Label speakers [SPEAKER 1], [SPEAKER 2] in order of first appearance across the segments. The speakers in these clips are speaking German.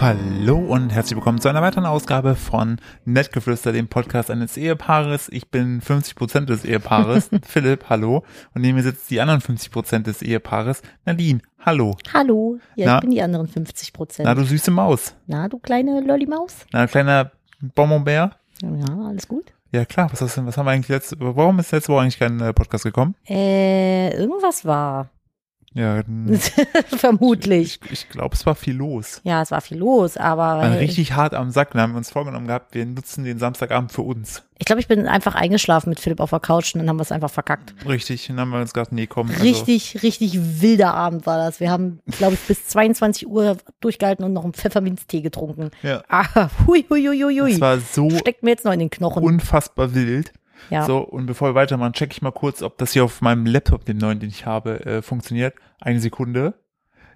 [SPEAKER 1] Hallo und herzlich willkommen zu einer weiteren Ausgabe von Nettgeflüster, dem Podcast eines Ehepaares. Ich bin 50% des Ehepaares, Philipp, hallo. Und neben mir sitzt die anderen 50% des Ehepaares, Nadine, hallo.
[SPEAKER 2] Hallo, ja,
[SPEAKER 1] Na?
[SPEAKER 2] ich bin die anderen 50 Prozent.
[SPEAKER 1] Na,
[SPEAKER 2] Na,
[SPEAKER 1] du süße Maus.
[SPEAKER 2] du kleine Lollimaus?
[SPEAKER 1] Na, kleiner Bonbonbär.
[SPEAKER 2] Ja, alles gut?
[SPEAKER 1] Ja klar, was, hast du, was haben wir eigentlich letzte, warum ist letzte Woche eigentlich kein äh, Podcast gekommen?
[SPEAKER 2] Äh, irgendwas war.
[SPEAKER 1] Ja, n-
[SPEAKER 2] Vermutlich.
[SPEAKER 1] ich, ich glaube, es war viel los.
[SPEAKER 2] Ja, es war viel los, aber
[SPEAKER 1] Waren
[SPEAKER 2] äh,
[SPEAKER 1] richtig hart am Sack, da haben wir uns vorgenommen gehabt, wir nutzen den Samstagabend für uns.
[SPEAKER 2] ich glaube, ich bin einfach eingeschlafen mit Philipp auf der Couch und dann haben wir es einfach verkackt.
[SPEAKER 1] Richtig, dann haben wir uns gedacht, nee, komm. also-
[SPEAKER 2] Richtig, richtig wilder Abend war das. Wir haben, glaube ich, bis 22 Uhr durchgehalten und noch einen Pfefferminztee getrunken.
[SPEAKER 1] Ja.
[SPEAKER 2] Ah, hui, hui, hui, hui,
[SPEAKER 1] Es
[SPEAKER 2] hui.
[SPEAKER 1] war so
[SPEAKER 2] Steckt mir jetzt noch in den Knochen.
[SPEAKER 1] unfassbar wild.
[SPEAKER 2] ja.
[SPEAKER 1] So, und bevor wir weitermachen, checke ich mal kurz, ob das hier auf meinem Laptop, dem neuen, den ich habe, äh, funktioniert. Eine Sekunde.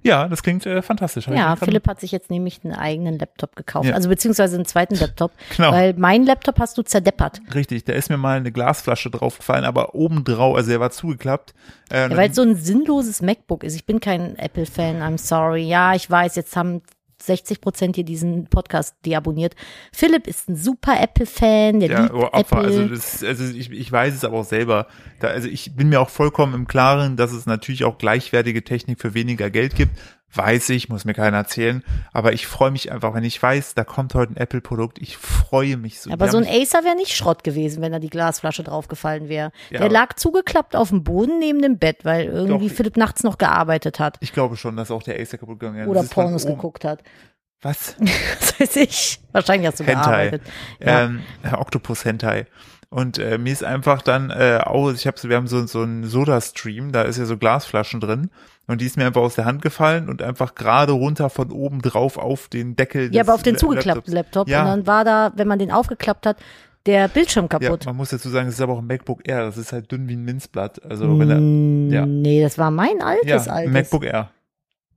[SPEAKER 1] Ja, das klingt äh, fantastisch. Hab ich
[SPEAKER 2] Ja,
[SPEAKER 1] mir grad-
[SPEAKER 2] Philipp hat sich jetzt nämlich einen eigenen Laptop gekauft,
[SPEAKER 1] Ja.
[SPEAKER 2] also beziehungsweise einen zweiten Laptop,
[SPEAKER 1] Genau.
[SPEAKER 2] weil meinen Laptop hast du zerdeppert.
[SPEAKER 1] Richtig, da ist mir mal eine Glasflasche draufgefallen, aber obendrauf, also er war zugeklappt. Äh,
[SPEAKER 2] Ja, weil es so ein sinnloses MacBook ist. Ich bin kein Apple-Fan, I'm sorry. Ja, ich weiß, jetzt haben 60 Prozent hier diesen Podcast deabonniert. Philipp ist ein super Apple-Fan, der
[SPEAKER 1] ja,
[SPEAKER 2] liebt
[SPEAKER 1] aber Opfer,
[SPEAKER 2] Apple.
[SPEAKER 1] also, das, also ich, ich weiß es aber auch selber. Da, also ich bin mir auch vollkommen im Klaren, dass es natürlich auch gleichwertige Technik für weniger Geld gibt. Weiß ich, muss mir keiner erzählen. Aber ich freue mich einfach, wenn ich weiß, da kommt heute ein Apple-Produkt. Ich freue mich so.
[SPEAKER 2] aber
[SPEAKER 1] Die
[SPEAKER 2] so
[SPEAKER 1] haben
[SPEAKER 2] ein Acer wäre nicht Schrott gewesen, wenn da die Glasflasche draufgefallen wäre.
[SPEAKER 1] Ja,
[SPEAKER 2] der
[SPEAKER 1] aber-
[SPEAKER 2] lag zugeklappt auf dem Boden neben dem Bett, weil irgendwie
[SPEAKER 1] Doch.
[SPEAKER 2] Philipp nachts noch gearbeitet hat
[SPEAKER 1] Ich glaube schon, dass auch der Acer kaputt gegangen ist.
[SPEAKER 2] oder
[SPEAKER 1] Das ist von
[SPEAKER 2] Pornos
[SPEAKER 1] oben.
[SPEAKER 2] geguckt hat.
[SPEAKER 1] Was?
[SPEAKER 2] das weiß ich. Wahrscheinlich hast du
[SPEAKER 1] Hentai.
[SPEAKER 2] gearbeitet. Ja.
[SPEAKER 1] Ähm, Octopus Hentai. Und äh, mir ist einfach dann äh, auch, ich habe, wir haben so so einen Soda Stream, da ist ja so Glasflaschen drin und die ist mir einfach aus der Hand gefallen und einfach gerade runter von oben drauf auf den Deckel.
[SPEAKER 2] Ja,
[SPEAKER 1] des
[SPEAKER 2] aber auf den
[SPEAKER 1] La-
[SPEAKER 2] zugeklappten Laptop.
[SPEAKER 1] Laptops. Ja,
[SPEAKER 2] Und dann war da, wenn man den aufgeklappt hat, der Bildschirm
[SPEAKER 1] ja,
[SPEAKER 2] kaputt.
[SPEAKER 1] man muss dazu sagen, es ist aber auch ein MacBook Air, das ist halt dünn wie ein Minzblatt. Also wenn er, ja.
[SPEAKER 2] Mm, Nee, Mm, das war mein altes,
[SPEAKER 1] ja, ein
[SPEAKER 2] altes.
[SPEAKER 1] MacBook Air,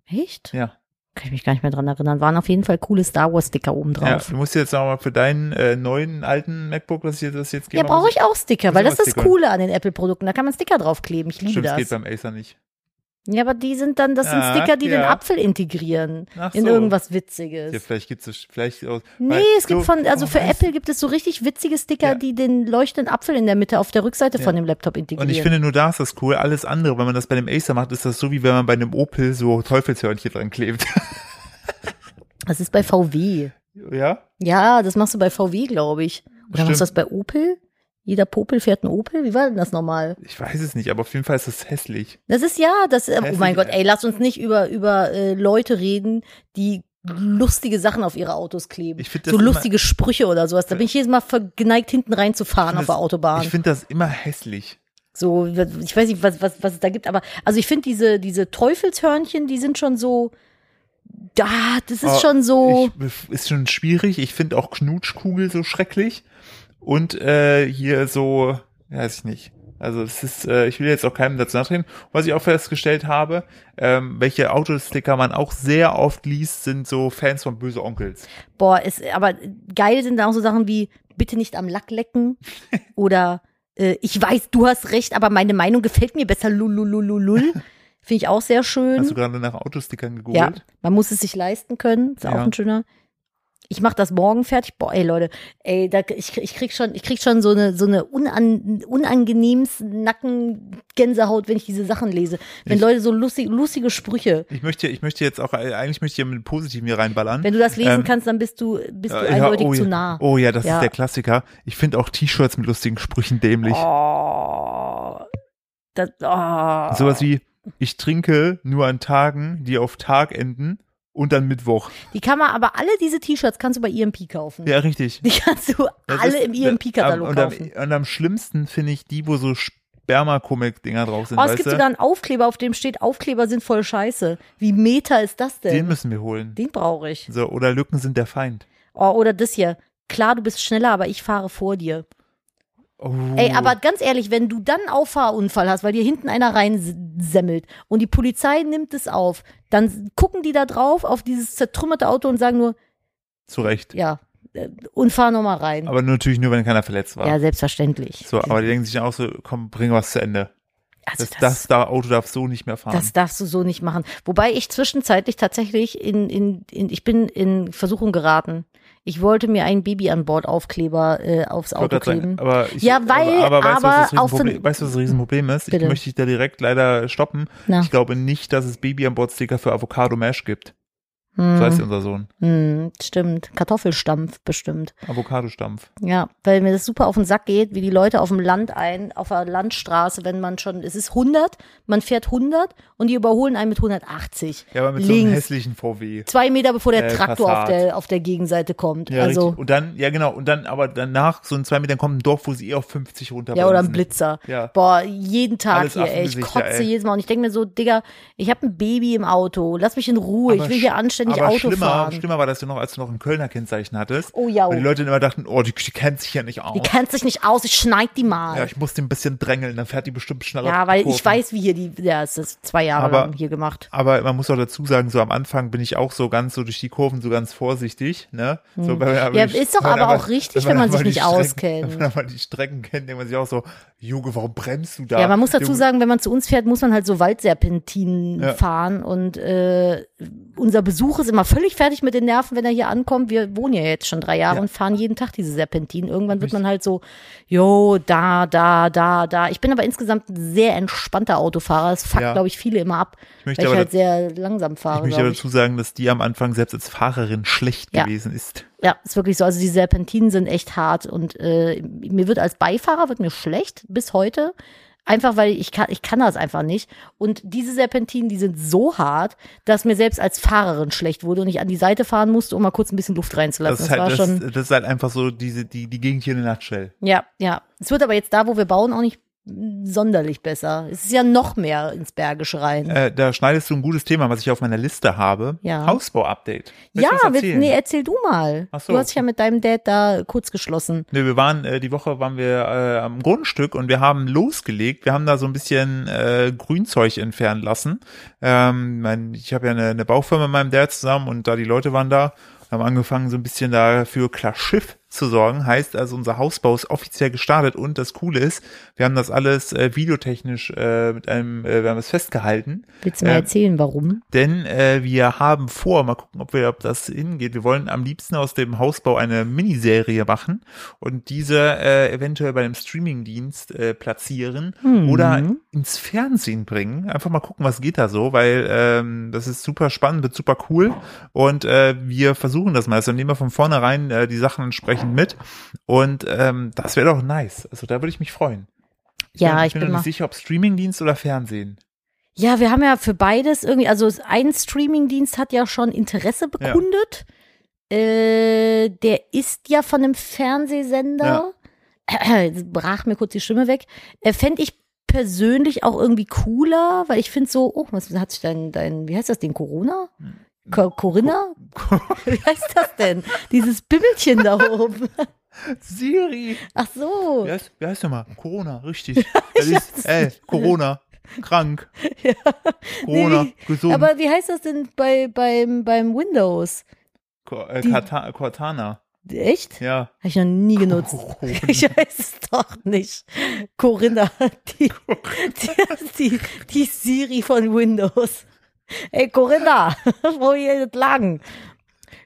[SPEAKER 2] Echt?
[SPEAKER 1] ja.
[SPEAKER 2] Kann ich mich gar nicht mehr dran erinnern. Waren auf jeden Fall coole Star Wars Sticker oben
[SPEAKER 1] ja. genau.
[SPEAKER 2] drauf.
[SPEAKER 1] Du musst jetzt nochmal für deinen äh, neuen alten MacBook, was ich das jetzt
[SPEAKER 2] Ja,
[SPEAKER 1] gebe,
[SPEAKER 2] brauche ich auch Sticker, weil
[SPEAKER 1] Muss ich
[SPEAKER 2] das
[SPEAKER 1] auch
[SPEAKER 2] ist das
[SPEAKER 1] Sticker.
[SPEAKER 2] Coole an den Apple-Produkten. Da kann man Sticker draufkleben. Ich liebe
[SPEAKER 1] Stimmt, das geht
[SPEAKER 2] das.
[SPEAKER 1] beim Acer nicht.
[SPEAKER 2] Ja, aber die sind dann, das sind
[SPEAKER 1] Ah,
[SPEAKER 2] Sticker, die den
[SPEAKER 1] ja.
[SPEAKER 2] Apfel integrieren
[SPEAKER 1] Ach
[SPEAKER 2] in
[SPEAKER 1] so.
[SPEAKER 2] irgendwas
[SPEAKER 1] Ja,
[SPEAKER 2] Witziges.
[SPEAKER 1] vielleicht gibt es vielleicht aus.
[SPEAKER 2] Nee,
[SPEAKER 1] weil-
[SPEAKER 2] es gibt
[SPEAKER 1] so-
[SPEAKER 2] von, also
[SPEAKER 1] oh,
[SPEAKER 2] für
[SPEAKER 1] weißt du,
[SPEAKER 2] Apple gibt es so richtig witzige Sticker,
[SPEAKER 1] Ja.
[SPEAKER 2] die den leuchtenden Apfel in der Mitte auf der Rückseite
[SPEAKER 1] Ja.
[SPEAKER 2] von dem Laptop integrieren.
[SPEAKER 1] Und ich finde, nur da ist das cool. Alles andere, wenn man das bei dem Acer macht, ist das so, wie wenn man bei einem Opel so Teufelshörnchen dran klebt.
[SPEAKER 2] das ist bei VW.
[SPEAKER 1] ja?
[SPEAKER 2] Ja, das machst du bei VW, glaube ich. Oder
[SPEAKER 1] Stimmt.
[SPEAKER 2] machst du das bei Opel? Jeder Popel fährt einen Opel? Wie war denn das nochmal?
[SPEAKER 1] Ich weiß es nicht, aber auf jeden Fall ist das hässlich.
[SPEAKER 2] Das ist ja, das, äh, oh
[SPEAKER 1] Hässlich,
[SPEAKER 2] mein Gott,
[SPEAKER 1] ey.
[SPEAKER 2] ey, lass uns nicht über, über äh, Leute reden, die lustige Sachen auf ihre Autos kleben.
[SPEAKER 1] Ich find das
[SPEAKER 2] so
[SPEAKER 1] immer-
[SPEAKER 2] lustige Sprüche oder sowas. Da bin ich jedes Mal geneigt, hinten reinzufahren
[SPEAKER 1] Ich
[SPEAKER 2] auf
[SPEAKER 1] find
[SPEAKER 2] der
[SPEAKER 1] das-
[SPEAKER 2] Autobahn.
[SPEAKER 1] Ich finde das immer hässlich.
[SPEAKER 2] So, ich weiß nicht, was, was, was es da gibt, aber also ich finde diese, diese Teufelshörnchen, die sind schon so, da, das ist
[SPEAKER 1] Aber
[SPEAKER 2] schon
[SPEAKER 1] Oh,
[SPEAKER 2] so.
[SPEAKER 1] Ich, ist schon schwierig. Ich finde auch Knutschkugel so schrecklich. Und äh, hier so, weiß ich nicht. Also es ist, äh, ich will jetzt auch keinem dazu nachreden. Was ich auch festgestellt habe, ähm, welche Autosticker man auch sehr oft liest, sind so Fans von Böse Onkels.
[SPEAKER 2] Boah, ist, aber geil sind dann auch so Sachen wie bitte nicht am Lack lecken oder äh, ich weiß, du hast recht, aber meine Meinung gefällt mir besser. Lululululul. Finde ich auch sehr
[SPEAKER 1] Hast du
[SPEAKER 2] schön.
[SPEAKER 1] gerade nach Autostickern gegoogelt?
[SPEAKER 2] Ja, man muss es sich leisten können. Ist
[SPEAKER 1] Ja.
[SPEAKER 2] auch ein schöner. Ich mache das morgen fertig. Boah, ey Leute, ey, da, ich, ich krieg schon, ich krieg schon so eine so eine unan, unangenehmes Nacken Gänsehaut, wenn ich diese Sachen lese. Wenn
[SPEAKER 1] Ich-
[SPEAKER 2] Leute so lustig, lustige Sprüche.
[SPEAKER 1] Ich möchte, ich möchte jetzt auch, eigentlich möchte ich ja mit dem Positiven hier reinballern.
[SPEAKER 2] Wenn du das lesen
[SPEAKER 1] Ähm,
[SPEAKER 2] kannst, dann bist du bist du
[SPEAKER 1] Äh,
[SPEAKER 2] eindeutig
[SPEAKER 1] oh,
[SPEAKER 2] zu
[SPEAKER 1] ja.
[SPEAKER 2] nah.
[SPEAKER 1] Oh ja, das
[SPEAKER 2] Ja.
[SPEAKER 1] ist der Klassiker. Ich finde auch T-Shirts mit lustigen Sprüchen dämlich.
[SPEAKER 2] Oh. Das, oh.
[SPEAKER 1] Sowas wie, ich trinke nur an Tagen, die auf Tag enden und dann Mittwoch.
[SPEAKER 2] Die kann man aber alle diese T-Shirts kannst du bei EMP kaufen.
[SPEAKER 1] Ja, richtig.
[SPEAKER 2] Die kannst du
[SPEAKER 1] Das
[SPEAKER 2] alle
[SPEAKER 1] ist-
[SPEAKER 2] im EMP-Katalog
[SPEAKER 1] und e- am-
[SPEAKER 2] kaufen.
[SPEAKER 1] Und am, und am schlimmsten finde ich die, wo so Sperma-Comic-Dinger drauf sind,
[SPEAKER 2] Oh, es
[SPEAKER 1] weißt
[SPEAKER 2] gibt
[SPEAKER 1] du?
[SPEAKER 2] sogar einen Aufkleber, auf dem steht, Aufkleber sind voll scheiße. Wie meta ist das
[SPEAKER 1] Den
[SPEAKER 2] denn?
[SPEAKER 1] müssen wir holen.
[SPEAKER 2] Den brauche ich.
[SPEAKER 1] So, oder Lücken sind der Feind.
[SPEAKER 2] Oh, oder das hier. Klar, du bist schneller, aber ich fahre vor dir.
[SPEAKER 1] Oh.
[SPEAKER 2] Ey, aber ganz ehrlich, wenn du dann einen Auffahrunfall hast, weil dir hinten einer reinsemmelt und die Polizei nimmt es auf, dann gucken die da drauf auf dieses zertrümmerte Auto und sagen nur,
[SPEAKER 1] Zu Recht.
[SPEAKER 2] ja, äh, und fahr nochmal rein.
[SPEAKER 1] Aber natürlich nur, wenn keiner verletzt war.
[SPEAKER 2] Ja, selbstverständlich.
[SPEAKER 1] So, aber die denken sich dann auch so, komm, bring was zu Ende.
[SPEAKER 2] Genau. Also
[SPEAKER 1] Das,
[SPEAKER 2] das,
[SPEAKER 1] das, da Auto darf so nicht mehr fahren.
[SPEAKER 2] Das darfst du so nicht machen. Wobei ich zwischenzeitlich tatsächlich in, in, in ich bin in Versuchung geraten. Ich wollte mir einen Baby an Bord Aufkleber äh, aufs
[SPEAKER 1] Ich wollte
[SPEAKER 2] Auto
[SPEAKER 1] grad sagen,
[SPEAKER 2] kleben.
[SPEAKER 1] aber ich,
[SPEAKER 2] Ja, weil-
[SPEAKER 1] aber, weißt, du,
[SPEAKER 2] aber
[SPEAKER 1] was das
[SPEAKER 2] auf
[SPEAKER 1] Riesenproblem,
[SPEAKER 2] den-
[SPEAKER 1] weißt du, was das Riesenproblem ist?
[SPEAKER 2] Bitte.
[SPEAKER 1] Ich möchte dich da direkt leider stoppen.
[SPEAKER 2] Na.
[SPEAKER 1] Ich glaube nicht, dass es Baby an Bord Sticker für Avocado Mash gibt.
[SPEAKER 2] Hm,
[SPEAKER 1] So heißt ja unser Sohn.
[SPEAKER 2] hm, stimmt. Kartoffelstampf bestimmt.
[SPEAKER 1] Avocado-Stampf.
[SPEAKER 2] Ja, weil mir das super auf den Sack geht, wie die Leute auf dem Land ein, auf der Landstraße, wenn man schon, es ist 100, man fährt 100 und die überholen einen mit 180.
[SPEAKER 1] Ja, aber mit so einem
[SPEAKER 2] Links.
[SPEAKER 1] hässlichen VW.
[SPEAKER 2] Zwei Meter bevor der
[SPEAKER 1] Äh,
[SPEAKER 2] Traktor auf
[SPEAKER 1] Passat.
[SPEAKER 2] der, auf der Gegenseite kommt.
[SPEAKER 1] Ja,
[SPEAKER 2] also,
[SPEAKER 1] richtig. Und dann, ja genau, und dann, aber danach, so in zwei Metern kommt ein Dorf, wo sie eh auf 50 runter
[SPEAKER 2] Ja, oder ein Blitzer.
[SPEAKER 1] Ja.
[SPEAKER 2] Boah, jeden Tag
[SPEAKER 1] Alles
[SPEAKER 2] hier, ey. Ich
[SPEAKER 1] Affengesichter,
[SPEAKER 2] kotze
[SPEAKER 1] ey.
[SPEAKER 2] jedes Mal und ich denke mir so, Digga, ich habe ein Baby im Auto. Lass mich in Ruhe. ich will hier anständig
[SPEAKER 1] aber
[SPEAKER 2] Auto
[SPEAKER 1] schlimmer,
[SPEAKER 2] fahren.
[SPEAKER 1] Schlimmer war das ja noch, als du noch ein Kölner Kennzeichen hattest.
[SPEAKER 2] Oh, jau.
[SPEAKER 1] Und die Leute dann immer dachten, oh, die, die kennt sich ja nicht aus.
[SPEAKER 2] Die kennt sich nicht aus, ich schneid die mal.
[SPEAKER 1] ja,
[SPEAKER 2] Ja,
[SPEAKER 1] ich muss den ein bisschen drängeln, dann fährt die bestimmt schneller. auf die
[SPEAKER 2] weil
[SPEAKER 1] Kurven.
[SPEAKER 2] ich weiß, wie hier die, ja, es ist zwei Jahre
[SPEAKER 1] Aber-
[SPEAKER 2] lang hier gemacht.
[SPEAKER 1] Aber man muss auch dazu sagen, so am Anfang bin ich auch so ganz so durch die Kurven so ganz vorsichtig, ne? So, wenn man aber
[SPEAKER 2] Hm. Ja,
[SPEAKER 1] die-
[SPEAKER 2] ist doch
[SPEAKER 1] wenn man
[SPEAKER 2] aber auch richtig, wenn man
[SPEAKER 1] aber
[SPEAKER 2] sich
[SPEAKER 1] die
[SPEAKER 2] nicht
[SPEAKER 1] Strecken-
[SPEAKER 2] auskennt.
[SPEAKER 1] Wenn man aber die Strecken kennt, denkt man sich auch so, Junge, warum bremst du da?
[SPEAKER 2] Ja, man muss dazu
[SPEAKER 1] Junge,
[SPEAKER 2] sagen, wenn man zu uns fährt, muss man halt so Waldserpentinen
[SPEAKER 1] Ja.
[SPEAKER 2] fahren und äh, unser Besuch ist immer völlig fertig mit den Nerven, wenn er hier ankommt. Wir wohnen ja jetzt schon drei Jahre
[SPEAKER 1] Ja.
[SPEAKER 2] und fahren jeden Tag diese Serpentinen. Irgendwann wird man halt so, jo, da, da, da, da. Ich bin aber insgesamt ein sehr entspannter Autofahrer. Das fuckt,
[SPEAKER 1] Ja.
[SPEAKER 2] glaube ich, viele immer ab,
[SPEAKER 1] möchte
[SPEAKER 2] weil ich
[SPEAKER 1] aber
[SPEAKER 2] halt
[SPEAKER 1] daz-
[SPEAKER 2] sehr langsam
[SPEAKER 1] Ich
[SPEAKER 2] fahre,
[SPEAKER 1] möchte aber
[SPEAKER 2] glaube ich.
[SPEAKER 1] dazu sagen, dass die am Anfang selbst als Fahrerin schlecht
[SPEAKER 2] Ja.
[SPEAKER 1] gewesen ist.
[SPEAKER 2] Ja, ist wirklich so. Also die Serpentinen sind echt hart und äh, mir wird als Beifahrer wird mir schlecht bis heute. Einfach weil ich kann, ich kann das einfach nicht. Und diese Serpentinen, die sind so hart, dass mir selbst als Fahrerin schlecht wurde und ich an die Seite fahren musste, um mal kurz ein bisschen Luft
[SPEAKER 1] Das,
[SPEAKER 2] reinzulassen. Das,
[SPEAKER 1] ist, halt,
[SPEAKER 2] war
[SPEAKER 1] das,
[SPEAKER 2] schon.
[SPEAKER 1] das ist halt einfach so diese, die, die Gegend hier in der Nutshell.
[SPEAKER 2] Ja, ja. Es wird aber jetzt da, wo wir bauen, auch nicht sonderlich besser. Es ist ja noch mehr ins Bergische rein.
[SPEAKER 1] Äh, da schneidest du ein gutes Thema, was ich auf meiner Liste habe.
[SPEAKER 2] Ja.
[SPEAKER 1] Hausbau-Update. Willst du
[SPEAKER 2] ja,
[SPEAKER 1] was
[SPEAKER 2] mit,
[SPEAKER 1] erzählen?
[SPEAKER 2] nee, erzähl du mal.
[SPEAKER 1] Ach so.
[SPEAKER 2] Du hast dich ja mit deinem Dad da kurz geschlossen.
[SPEAKER 1] Nee, wir waren, äh, die Woche waren wir äh, am Grundstück und wir haben losgelegt. Wir haben da so ein bisschen äh, Grünzeug entfernen lassen. Ähm, mein, ich habe ja eine, eine Baufirma mit meinem Dad zusammen und da die Leute waren da, haben angefangen so ein bisschen dafür klar Schiff zu sorgen. Heißt also, unser Hausbau ist offiziell gestartet und das Coole ist, wir haben das alles äh, videotechnisch äh, mit einem, äh, wir haben es festgehalten.
[SPEAKER 2] Willst du mal
[SPEAKER 1] Ähm,
[SPEAKER 2] erzählen, warum?
[SPEAKER 1] Denn äh, wir haben vor, mal gucken, ob, wir, ob das hingeht. Wir wollen am liebsten aus dem Hausbau eine Miniserie machen und diese äh, eventuell bei einem Streamingdienst äh, platzieren
[SPEAKER 2] Mhm. Hm.
[SPEAKER 1] oder ins Fernsehen bringen. Einfach mal gucken, was geht da so, weil ähm, das ist super spannend, wird super cool und äh, wir versuchen das mal. Also nehmen wir von vornherein äh, die Sachen entsprechend mit und ähm, das wäre doch nice. Also da würde ich mich freuen.
[SPEAKER 2] Ja, ich
[SPEAKER 1] bin,
[SPEAKER 2] bin
[SPEAKER 1] mir
[SPEAKER 2] mal.
[SPEAKER 1] nicht sicher, ob Streamingdienst oder Fernsehen.
[SPEAKER 2] Ja, wir haben ja für beides irgendwie, also es- ein Streamingdienst hat ja schon Interesse bekundet. Äh, der ist ja von einem Fernsehsender. Jetzt brach mir kurz die Stimme weg. Äh, Fände ich persönlich auch irgendwie cooler, weil ich finde so, oh, was hat sich dein, dein, wie heißt das Ding, Corona? Ko Corinna? Wie heißt das denn? Dieses Bimmelchen da oben.
[SPEAKER 1] Siri.
[SPEAKER 2] Ach so.
[SPEAKER 1] Wie heißt, wie heißt der mal? Corona, richtig. Das ist, ey, Corona, krank. Corona,
[SPEAKER 2] Nee,
[SPEAKER 1] gesund.
[SPEAKER 2] Aber wie heißt das denn bei, beim, beim Windows?
[SPEAKER 1] Ko- äh,
[SPEAKER 2] die-
[SPEAKER 1] Kata- Cortana,
[SPEAKER 2] Echt?
[SPEAKER 1] ja.
[SPEAKER 2] Habe ich noch nie genutzt.
[SPEAKER 1] Corona.
[SPEAKER 2] Ich weiß es doch nicht. Corinna, die, die, die, die Siri von Windows. Ey, Corinna, wo ihr jetzt lang?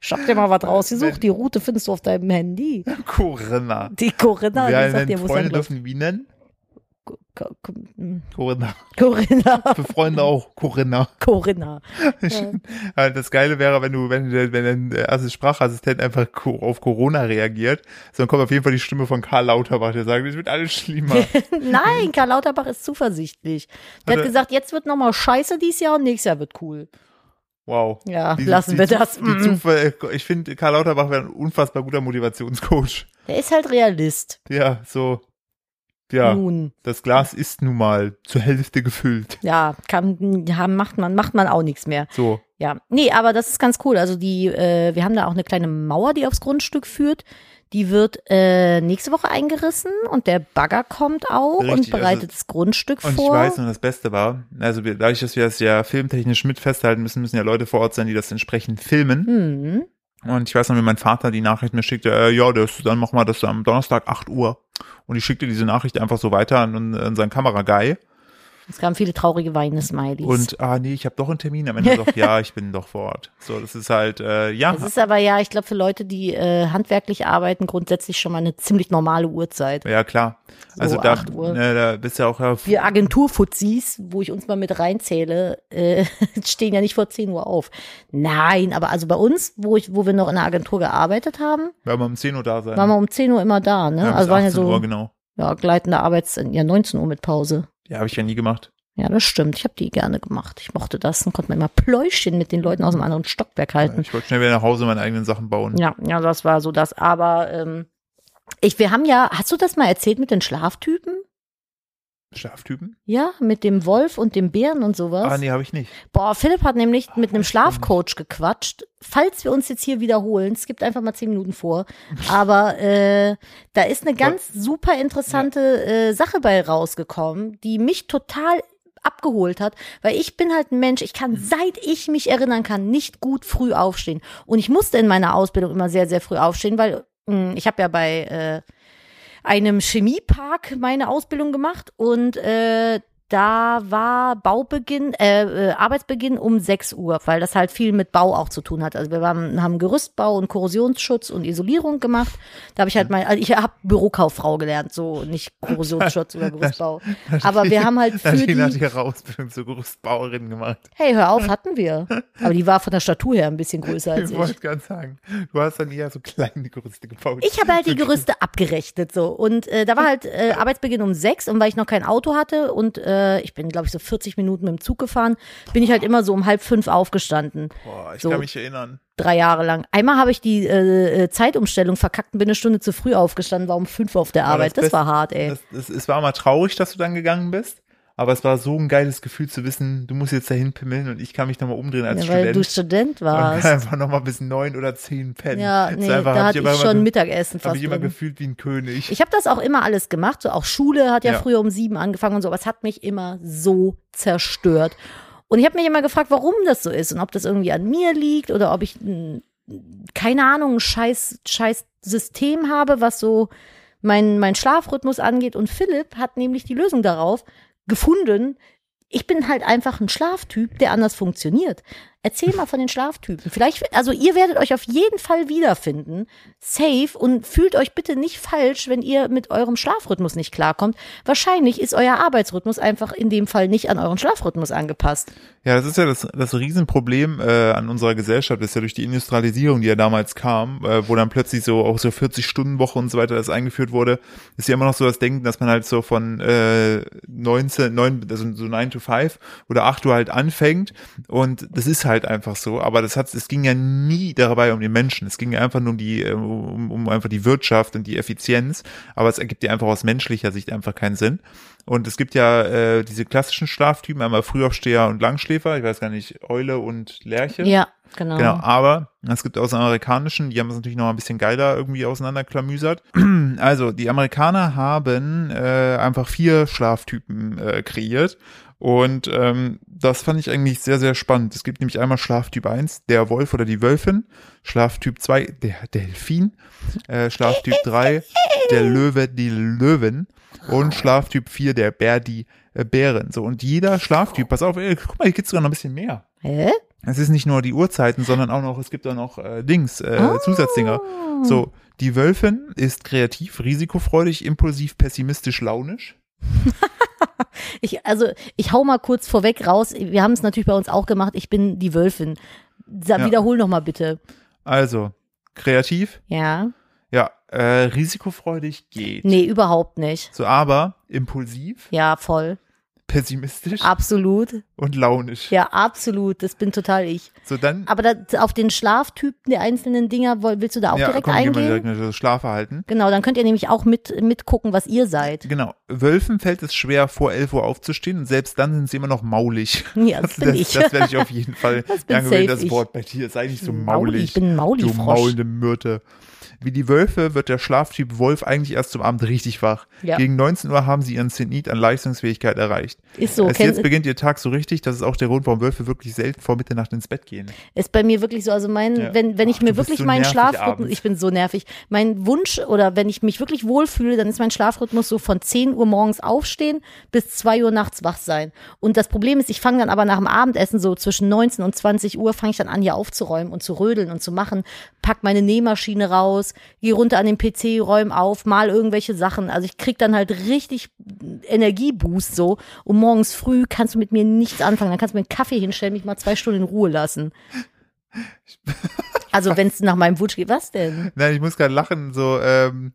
[SPEAKER 2] Ich hab dir mal was rausgesucht. Die Route findest du auf deinem Handy.
[SPEAKER 1] Corinna.
[SPEAKER 2] Die Corinna, die
[SPEAKER 1] Wir
[SPEAKER 2] sagt dir,
[SPEAKER 1] nennen
[SPEAKER 2] wo es lang
[SPEAKER 1] Freunde
[SPEAKER 2] läuft.
[SPEAKER 1] dürfen die wie nennen?
[SPEAKER 2] Co- Co-
[SPEAKER 1] Corinna.
[SPEAKER 2] Corinna,
[SPEAKER 1] Für Freunde auch Corinna.
[SPEAKER 2] Corinna.
[SPEAKER 1] Äh, Das Geile wäre, wenn du, wenn, der- wenn der Assis- Sprachassistent einfach co- auf Corona reagiert, sondern kommt auf jeden Fall die Stimme von Karl Lauterbach, der sagt, es wird alles schlimmer.
[SPEAKER 2] Nein, Karl Lauterbach ist zuversichtlich. Der hat
[SPEAKER 1] Warte.
[SPEAKER 2] gesagt, jetzt wird nochmal scheiße dieses Jahr und nächstes Jahr wird cool.
[SPEAKER 1] Wow.
[SPEAKER 2] Ja, lassen wir
[SPEAKER 1] Zu-
[SPEAKER 2] das. Mm.
[SPEAKER 1] Die Zufall, ich finde, Karl Lauterbach wäre ein unfassbar guter Motivationscoach.
[SPEAKER 2] Der ist halt Realist.
[SPEAKER 1] Ja, so. Ja,
[SPEAKER 2] Nun.
[SPEAKER 1] das Glas ist nun mal zur Hälfte gefüllt.
[SPEAKER 2] Ja, kann, ja, macht man, macht man auch nichts mehr.
[SPEAKER 1] So.
[SPEAKER 2] Ja, nee, aber das ist ganz cool. Also die, äh, wir haben da auch eine kleine Mauer, die aufs Grundstück führt. Die wird äh, nächste Woche eingerissen und der Bagger kommt auch und
[SPEAKER 1] Richtig, also-
[SPEAKER 2] bereitet das Grundstück
[SPEAKER 1] Und
[SPEAKER 2] vor.
[SPEAKER 1] ich weiß, und das Beste war, also wir, dadurch, dass wir das ja filmtechnisch mit festhalten müssen, müssen ja Leute vor Ort sein, die das entsprechend filmen.
[SPEAKER 2] hm.
[SPEAKER 1] Und ich weiß noch, wie mein Vater die Nachricht mir schickte, äh, ja, das, dann machen wir das am Donnerstag 8 Uhr. Und ich schickte diese Nachricht einfach so weiter an, an seinen Kameraguy.
[SPEAKER 2] Es kamen viele traurige weinende Smileys.
[SPEAKER 1] Und, ah nee, ich habe doch einen Termin. Am Ende doch, ja, ich bin doch vor Ort. So, das ist halt, äh, ja.
[SPEAKER 2] Es ist aber ja, ich glaube, für Leute, die äh, handwerklich arbeiten, grundsätzlich schon mal eine ziemlich normale Uhrzeit.
[SPEAKER 1] Ja, klar. Also
[SPEAKER 2] So,
[SPEAKER 1] da,
[SPEAKER 2] 8 Uhr.
[SPEAKER 1] Ne, da bist ja auch ja,
[SPEAKER 2] Wir Agenturfuzis, wo ich uns mal mit reinzähle, äh, stehen ja nicht vor 10 Uhr auf. Nein, aber also bei uns, wo ich, wo wir noch in der Agentur gearbeitet haben,
[SPEAKER 1] wenn wir um 10 Uhr da sein.
[SPEAKER 2] waren wir um 10 Uhr immer da, ne?
[SPEAKER 1] ja, bis
[SPEAKER 2] also waren ja
[SPEAKER 1] 18 Uhr,
[SPEAKER 2] so
[SPEAKER 1] genau.
[SPEAKER 2] ja, gleitende Arbeits, ja 19 Uhr mit Pause.
[SPEAKER 1] Ja, habe ich ja nie gemacht.
[SPEAKER 2] Ja, das stimmt. Ich habe die gerne gemacht. Ich mochte das und konnte mir immer Pläuschchen mit den Leuten aus dem anderen Stockwerk halten.
[SPEAKER 1] Ich wollte schnell wieder nach Hause meine eigenen Sachen bauen.
[SPEAKER 2] Äh, Ja, ja, das war so das. Aber ähm, ich, wir haben ja, hast du das mal erzählt mit den Schlaftypen?
[SPEAKER 1] Schlaftypen?
[SPEAKER 2] Ja, mit dem Wolf und dem Bären und sowas.
[SPEAKER 1] Ah, nee, habe ich nicht.
[SPEAKER 2] Boah, Philipp hat nämlich mit einem
[SPEAKER 1] weiß ich gar
[SPEAKER 2] Schlafcoach gequatscht. Falls wir uns jetzt hier wiederholen, es gibt einfach mal zehn Minuten vor. Aber äh, da ist eine ganz super interessante äh, Sache bei rausgekommen, die mich total abgeholt hat, weil ich bin halt ein Mensch, ich kann seit ich mich erinnern kann nicht gut früh aufstehen und ich musste in meiner Ausbildung immer sehr sehr früh aufstehen, weil mh, ich habe ja bei äh, einem Chemiepark meine Ausbildung gemacht und äh, da war Baubeginn, äh, äh, Arbeitsbeginn um 6 Uhr, weil das halt viel mit Bau auch zu tun hat. Also wir waren, haben Gerüstbau und Korrosionsschutz und Isolierung gemacht. Da habe ich halt mal, also ich habe Bürokauffrau gelernt, so nicht Korrosionsschutz oder Gerüstbau. Aber wir haben halt für
[SPEAKER 1] Nadine hat
[SPEAKER 2] die,
[SPEAKER 1] ihre Ausbildung zur Gerüstbauerin gemacht.
[SPEAKER 2] hey, hör auf, hatten wir. Aber die war von der Statur her ein bisschen größer
[SPEAKER 1] ich
[SPEAKER 2] als ich.
[SPEAKER 1] wollte ganz sagen, du hast dann eher so kleine Gerüste gebaut.
[SPEAKER 2] Ich habe halt die
[SPEAKER 1] So
[SPEAKER 2] Gerüste abgerechnet so und äh, da war halt äh, Arbeitsbeginn um sechs und weil ich noch kein Auto hatte und äh, ich bin glaube ich so 40 Minuten mit dem Zug gefahren, bin ich halt immer so um halb fünf aufgestanden,
[SPEAKER 1] Boah, ich
[SPEAKER 2] So.
[SPEAKER 1] kann mich erinnern.
[SPEAKER 2] drei Jahre lang. Einmal habe ich die äh, äh, Zeitumstellung verkackt und bin eine Stunde zu früh aufgestanden, war um fünf auf der
[SPEAKER 1] das
[SPEAKER 2] Arbeit. Das,
[SPEAKER 1] Beste-
[SPEAKER 2] war hart, ey.
[SPEAKER 1] Das, das, es war mal traurig, dass du dann gegangen bist, aber es war so ein geiles Gefühl zu wissen, du musst jetzt dahin pimmeln und ich kann mich nochmal umdrehen als
[SPEAKER 2] Ja, weil du
[SPEAKER 1] Student. und
[SPEAKER 2] Student warst.
[SPEAKER 1] kann einfach nochmal bis neun oder zehn pennen.
[SPEAKER 2] Ja,
[SPEAKER 1] Das ist
[SPEAKER 2] nee,
[SPEAKER 1] einfach,
[SPEAKER 2] da
[SPEAKER 1] hab
[SPEAKER 2] hatte
[SPEAKER 1] aber
[SPEAKER 2] ich
[SPEAKER 1] immer
[SPEAKER 2] schon
[SPEAKER 1] ge-
[SPEAKER 2] Mittagessen
[SPEAKER 1] Hab
[SPEAKER 2] fast
[SPEAKER 1] ich immer
[SPEAKER 2] drin.
[SPEAKER 1] gefühlt wie ein König.
[SPEAKER 2] Ich habe das auch immer alles gemacht, so auch Schule hat ja,
[SPEAKER 1] Ja.
[SPEAKER 2] früher um sieben angefangen und so, aber es hat mich immer so zerstört. Und ich habe mich immer gefragt, warum das so ist und ob das irgendwie an mir liegt oder ob ich mh, keine Ahnung, ein scheiß, scheiß System habe, was so mein, mein Schlafrhythmus angeht. Und Philipp hat nämlich die Lösung darauf gefunden. Ich bin halt einfach ein Schlaftyp, der anders funktioniert. Erzähl mal von den Schlaftypen. Vielleicht, also ihr werdet euch auf jeden Fall wiederfinden. Safe und fühlt euch bitte nicht falsch, wenn ihr mit eurem Schlafrhythmus nicht klarkommt. Wahrscheinlich ist euer Arbeitsrhythmus einfach in dem Fall nicht an euren Schlafrhythmus angepasst.
[SPEAKER 1] Ja, das ist ja das, das Riesenproblem äh, an unserer Gesellschaft, ist ja durch die Industrialisierung, die ja damals kam, äh, wo dann plötzlich so auch so 40-Stunden-Woche und so weiter das eingeführt wurde, ist ja immer noch so das Denken, dass man halt so von äh, 19, 9, also so 9 to 5 oder 8 Uhr halt anfängt und das ist halt einfach so, aber das hat, es ging ja nie dabei um den Menschen, es ging einfach nur um die, äh, um, um einfach die Wirtschaft und die Effizienz, aber es ergibt ja einfach aus menschlicher Sicht einfach keinen Sinn. Und es gibt ja äh, diese klassischen Schlaftypen, einmal Frühaufsteher und Langschläfer, ich weiß gar nicht, Eule und Lerche.
[SPEAKER 2] Ja, genau.
[SPEAKER 1] Genau, aber es gibt aus den amerikanischen, die haben es natürlich noch ein bisschen geiler irgendwie auseinanderklamüsert. Also, die Amerikaner haben äh, einfach vier Schlaftypen äh, kreiert. Und ähm, das fand ich eigentlich sehr, sehr spannend. Es gibt nämlich einmal Schlaftyp 1, der Wolf oder die Wölfin, Schlaftyp 2, der Delfin, äh, Schlaftyp 3, der Löwe, die Löwen und Schlaftyp 4, der Bär, die äh, Bären. So, und jeder Schlaftyp, pass auf, ey, guck mal, hier gibt's sogar noch ein bisschen mehr.
[SPEAKER 2] Hä?
[SPEAKER 1] Es ist nicht nur die Uhrzeiten, sondern auch noch, es gibt auch noch äh, Dings, äh,
[SPEAKER 2] Ah.
[SPEAKER 1] Zusatzdinger. So, die Wölfin ist kreativ, risikofreudig, impulsiv, pessimistisch, launisch.
[SPEAKER 2] Ich, also, ich hau mal kurz vorweg raus. Wir haben es natürlich bei uns auch gemacht. Ich bin die Wölfin. Sa
[SPEAKER 1] Ja.
[SPEAKER 2] Wiederhol noch mal bitte.
[SPEAKER 1] Also, kreativ,
[SPEAKER 2] Ja.
[SPEAKER 1] ja, äh, risikofreudig geht.
[SPEAKER 2] Nee, überhaupt nicht.
[SPEAKER 1] So, aber impulsiv,
[SPEAKER 2] Ja, voll.
[SPEAKER 1] pessimistisch
[SPEAKER 2] Absolut.
[SPEAKER 1] und launisch.
[SPEAKER 2] Ja, absolut. Das bin total ich.
[SPEAKER 1] So, dann,
[SPEAKER 2] Aber das, auf den Schlaftypen der einzelnen Dinger woll- willst du da auch
[SPEAKER 1] ja,
[SPEAKER 2] direkt
[SPEAKER 1] komm, gehen wir
[SPEAKER 2] eingehen?
[SPEAKER 1] direkt in das Schlafverhalten.
[SPEAKER 2] Genau, dann könnt ihr nämlich auch mit, mitgucken, was ihr seid.
[SPEAKER 1] Genau, Wölfen fällt es schwer, vor 11 Uhr aufzustehen und selbst dann sind sie immer noch maulig.
[SPEAKER 2] Ja, das bin
[SPEAKER 1] Also das,
[SPEAKER 2] ich.
[SPEAKER 1] das werde ich auf jeden Fall
[SPEAKER 2] Das bin
[SPEAKER 1] angewöhnt,
[SPEAKER 2] safe
[SPEAKER 1] das
[SPEAKER 2] ich.
[SPEAKER 1] Wort bei dir ist eigentlich so
[SPEAKER 2] Mauli,
[SPEAKER 1] maulig.
[SPEAKER 2] ich bin ein
[SPEAKER 1] Du
[SPEAKER 2] Maulifrosch.
[SPEAKER 1] maulende Myrte. Wie die Wölfe wird der Schlaftyp Wolf eigentlich erst zum Abend richtig wach.
[SPEAKER 2] Ja.
[SPEAKER 1] Gegen 19 Uhr haben sie ihren Zenit an Leistungsfähigkeit erreicht.
[SPEAKER 2] Ist so.
[SPEAKER 1] Erst
[SPEAKER 2] kenn-
[SPEAKER 1] jetzt beginnt ihr Tag so richtig, das ist auch der Grund, warum Wölfe wirklich selten vor Mitternacht ins Bett gehen.
[SPEAKER 2] Ist bei mir wirklich so, also mein,
[SPEAKER 1] Ja.
[SPEAKER 2] wenn, wenn ich
[SPEAKER 1] Ach, du
[SPEAKER 2] mir
[SPEAKER 1] bist
[SPEAKER 2] wirklich
[SPEAKER 1] so
[SPEAKER 2] meinen
[SPEAKER 1] nervig
[SPEAKER 2] Schlafrhythmus,
[SPEAKER 1] abends.
[SPEAKER 2] ich bin so nervig, mein Wunsch oder wenn ich mich wirklich wohlfühle, dann ist mein Schlafrhythmus so von 10 Uhr morgens aufstehen bis 2 Uhr nachts wach sein. Und das Problem ist, ich fange dann aber nach dem Abendessen so zwischen 19 und 20 Uhr fange ich dann an, hier aufzuräumen und zu rödeln und zu machen, pack meine Nähmaschine raus, gehe runter an den PC, räum auf, mal irgendwelche Sachen. Also ich krieg dann halt richtig Energieboost so und morgens früh kannst du mit mir nichts anfangen. Dann kannst du mir einen Kaffee hinstellen, mich mal zwei Stunden in Ruhe lassen. Also wenn es nach meinem Wunsch geht, was denn?
[SPEAKER 1] Nein, ich muss gerade lachen, so, ähm,